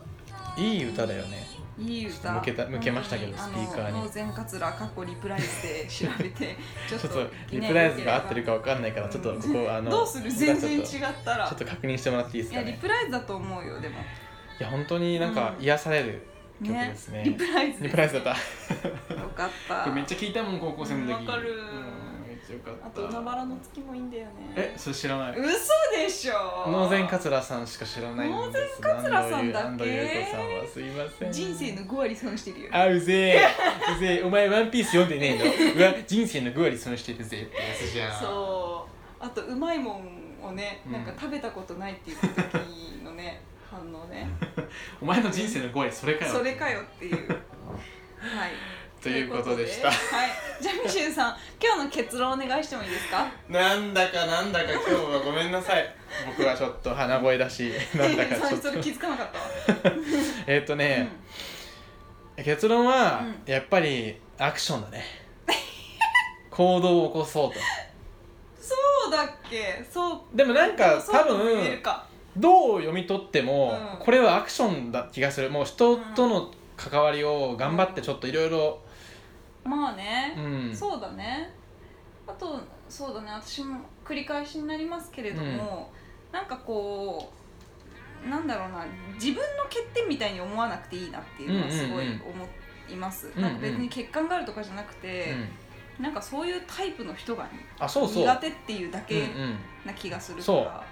Speaker 1: いい歌だよね
Speaker 2: いい
Speaker 1: ちょっと
Speaker 2: 歌
Speaker 1: 向けた向けましたけど
Speaker 2: あの
Speaker 1: スピーカーに
Speaker 2: ノーゼンカツラかっこリプライズで調べ
Speaker 1: <laughs>
Speaker 2: てちょっ
Speaker 1: ちょ
Speaker 2: と
Speaker 1: っとリプライズが合ってるかわかんないからちょっとここあの
Speaker 2: どうする全然違っ
Speaker 1: ちょ
Speaker 2: たら
Speaker 1: っと確認してもらっていいです
Speaker 2: い
Speaker 1: か
Speaker 2: やリ
Speaker 1: ね
Speaker 2: プライズだと思うよでも
Speaker 1: いや本当になんか癒される曲ですね
Speaker 2: リプライズ
Speaker 1: リプライズだった
Speaker 2: よかった
Speaker 1: これめっちゃ聞いたもん高校生の時
Speaker 2: わかる
Speaker 1: うんめっちゃよかった
Speaker 2: あと海原の月もいいんだよね
Speaker 1: えそれ知らない
Speaker 2: 嘘でしょ
Speaker 1: 能然桂さんしか知らないんです
Speaker 2: 能然桂さんだっけ
Speaker 1: 安藤優安藤優子さんはすいません
Speaker 2: 人生の5割損してるよ
Speaker 1: あうぜえうぜえお前ワンピース読んでねえのうわ人生の5割損してるぜってやつじゃん
Speaker 2: そうあとうまいもんをね
Speaker 1: うん
Speaker 2: なんか食べたことないって言った時の
Speaker 1: <laughs>
Speaker 2: ね反応ね
Speaker 1: お前の人生の5割それかよ
Speaker 2: それかよっていうはい
Speaker 1: <laughs> ということでした
Speaker 2: ということではいじゃあミシュンさん今日の結論お願いしてもいいですか
Speaker 1: なんだかなんだか今日はごめんなさ
Speaker 2: <laughs>
Speaker 1: い僕はちょっと鼻声だしなんだかちょっと
Speaker 2: それ気づかなかったわ
Speaker 1: えっと
Speaker 2: う
Speaker 1: ね
Speaker 2: ん、
Speaker 1: 結論は、
Speaker 2: う
Speaker 1: やっぱりアクションだ
Speaker 2: <laughs>
Speaker 1: ね行動を起こそうと
Speaker 2: そうだっけそう
Speaker 1: でもなんか
Speaker 2: そう
Speaker 1: 多
Speaker 2: とも言え
Speaker 1: 分
Speaker 2: るか
Speaker 1: どう読み取っても、
Speaker 2: うん
Speaker 1: これはアクションだ気がするもう人との関わりを頑張ってちょっといろいろ
Speaker 2: まあね
Speaker 1: う、ん
Speaker 2: そうだねあとそうだね私も繰り返しになりますけれども、なんかこうなんだろうな自分の欠点みたいに思わなくていいなっていうのはすごい
Speaker 1: うんうん
Speaker 2: 思います、
Speaker 1: うんうん
Speaker 2: なんか別に欠陥があるとかじゃなく
Speaker 1: う
Speaker 2: て、
Speaker 1: ん
Speaker 2: なんかそういうタイプの人が
Speaker 1: あそうそう
Speaker 2: 苦手っていうだ
Speaker 1: うん
Speaker 2: けな気がするから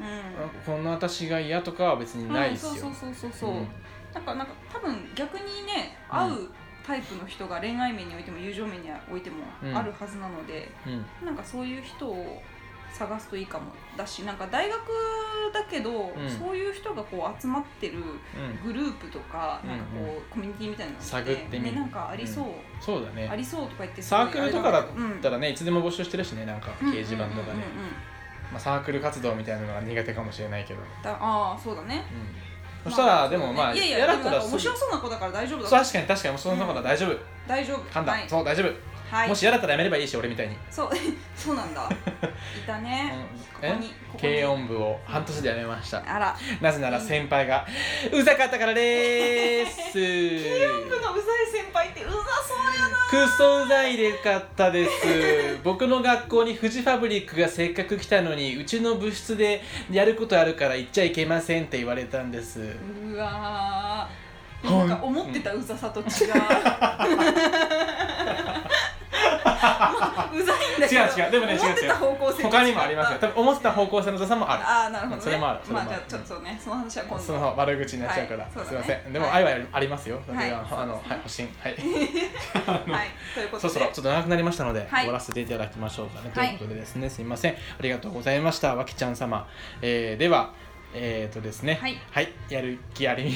Speaker 2: うん
Speaker 1: うん、こんな私が嫌とかは別にないですよ、
Speaker 2: うんそうそうそうそうそう、
Speaker 1: うん
Speaker 2: なんかなんか多分逆にね
Speaker 1: うん
Speaker 2: 合うタイプの人が恋愛面においても友情面においても
Speaker 1: うん
Speaker 2: あるはずなので、
Speaker 1: うん
Speaker 2: なんかそういう人を探すといいかもだしなんか大学だけど、
Speaker 1: ん
Speaker 2: そういう人がこう集まってる
Speaker 1: うん、
Speaker 2: グループとか、なんかこう、
Speaker 1: うん
Speaker 2: コミュニティみたいなの
Speaker 1: 探ってみる
Speaker 2: ね、なんかありそう、
Speaker 1: そうだね
Speaker 2: ありそうとか言って
Speaker 1: サークルとかだっ
Speaker 2: すごいあれ
Speaker 1: た
Speaker 2: だ
Speaker 1: らねいつでも募集してるしねなんか
Speaker 2: けどうん
Speaker 1: 掲示板とか
Speaker 2: うんうん
Speaker 1: ね
Speaker 2: うんうん
Speaker 1: まあサークル活動みたいなのが苦手かもしれないけど、うん、
Speaker 2: だああそうだね
Speaker 1: そしたらでもまあ
Speaker 2: いやいや
Speaker 1: 嫌だ
Speaker 2: で
Speaker 1: った
Speaker 2: もなん
Speaker 1: らす
Speaker 2: か面
Speaker 1: ぐ
Speaker 2: 白そうな子だから大丈夫だ
Speaker 1: そう確かに確かにそんなことは大丈夫
Speaker 2: 大丈夫
Speaker 1: 判断、
Speaker 2: はい
Speaker 1: そう大丈夫、
Speaker 2: はい
Speaker 1: もし嫌だったらやめればいいし俺みたいに、
Speaker 2: そう <laughs> そうなんだいた
Speaker 1: う
Speaker 2: ね、
Speaker 1: ん
Speaker 2: ここ
Speaker 1: え
Speaker 2: にここに
Speaker 1: 軽音部を半年でやめま
Speaker 2: <laughs>
Speaker 1: した
Speaker 2: あら
Speaker 1: なぜなら先輩がうざかったからでー
Speaker 2: <laughs>
Speaker 1: す軽
Speaker 2: 僕のうざい先輩ってうざそうやな
Speaker 1: クソうざいでかったです
Speaker 2: <laughs>
Speaker 1: 僕の学校にフジファブリックがせっかく来たのにうちの部室でやることあるから行っちゃいけませんって言われたんです
Speaker 2: うわー
Speaker 1: ほん
Speaker 2: なんか思ってたうざ
Speaker 1: <laughs>
Speaker 2: さと違うまあうざいんだけど
Speaker 1: 違う違うでもね違う違う
Speaker 2: 思ってた方向性と違った
Speaker 1: 他にもありますよ多分思ってた方向性の座さもあ
Speaker 2: ああなるほどね
Speaker 1: それもあるそれもあ
Speaker 2: まあ
Speaker 1: る
Speaker 2: じゃあちょっとねその話は今
Speaker 1: る
Speaker 2: 度
Speaker 1: その悪口になっちゃうから、
Speaker 2: はいそうだ
Speaker 1: すい
Speaker 2: ね
Speaker 1: ませんでも
Speaker 2: はい
Speaker 1: 愛はありますよ、
Speaker 2: はい
Speaker 1: だからあの
Speaker 2: そうですね
Speaker 1: はい保身はい
Speaker 2: <laughs> はいというこ
Speaker 1: そ
Speaker 2: とで
Speaker 1: ろそろちょっと長くなりましたので、
Speaker 2: はい
Speaker 1: 終わらせていただきましょうかね、
Speaker 2: はい
Speaker 1: ということでですねすいませんありがとうございましたわきちゃん様、えーではえー、とですね
Speaker 2: はい
Speaker 1: やる気ありみ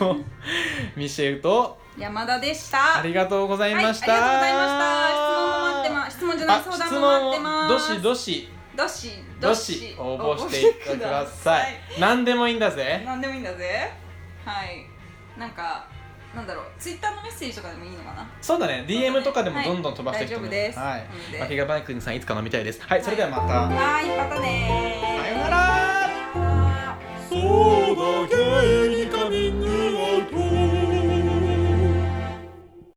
Speaker 1: の <laughs> ミシェウと
Speaker 2: 山田でした
Speaker 1: ありがとうございました、
Speaker 2: はい、ありがとうございました質問も待ってます質問じゃない相
Speaker 1: あ質
Speaker 2: 談も待って
Speaker 1: 問を
Speaker 2: ま
Speaker 1: ど
Speaker 2: す
Speaker 1: しどし
Speaker 2: どし
Speaker 1: どし応募してください
Speaker 2: <laughs>
Speaker 1: 何でもいいんだぜ
Speaker 2: 何でもいいんだぜはいなんかなんだろうツイッターのメッセージとかでもいいのかな
Speaker 1: そうだね DM とかでも
Speaker 2: はい
Speaker 1: どんどん飛ばしてきてもいい
Speaker 2: 大丈夫です
Speaker 1: はい
Speaker 2: うんで
Speaker 1: わきがバイクさんいつか飲みたいですはいそれではまた、
Speaker 2: はいまたねー
Speaker 1: さようなら
Speaker 2: さようなら
Speaker 1: そう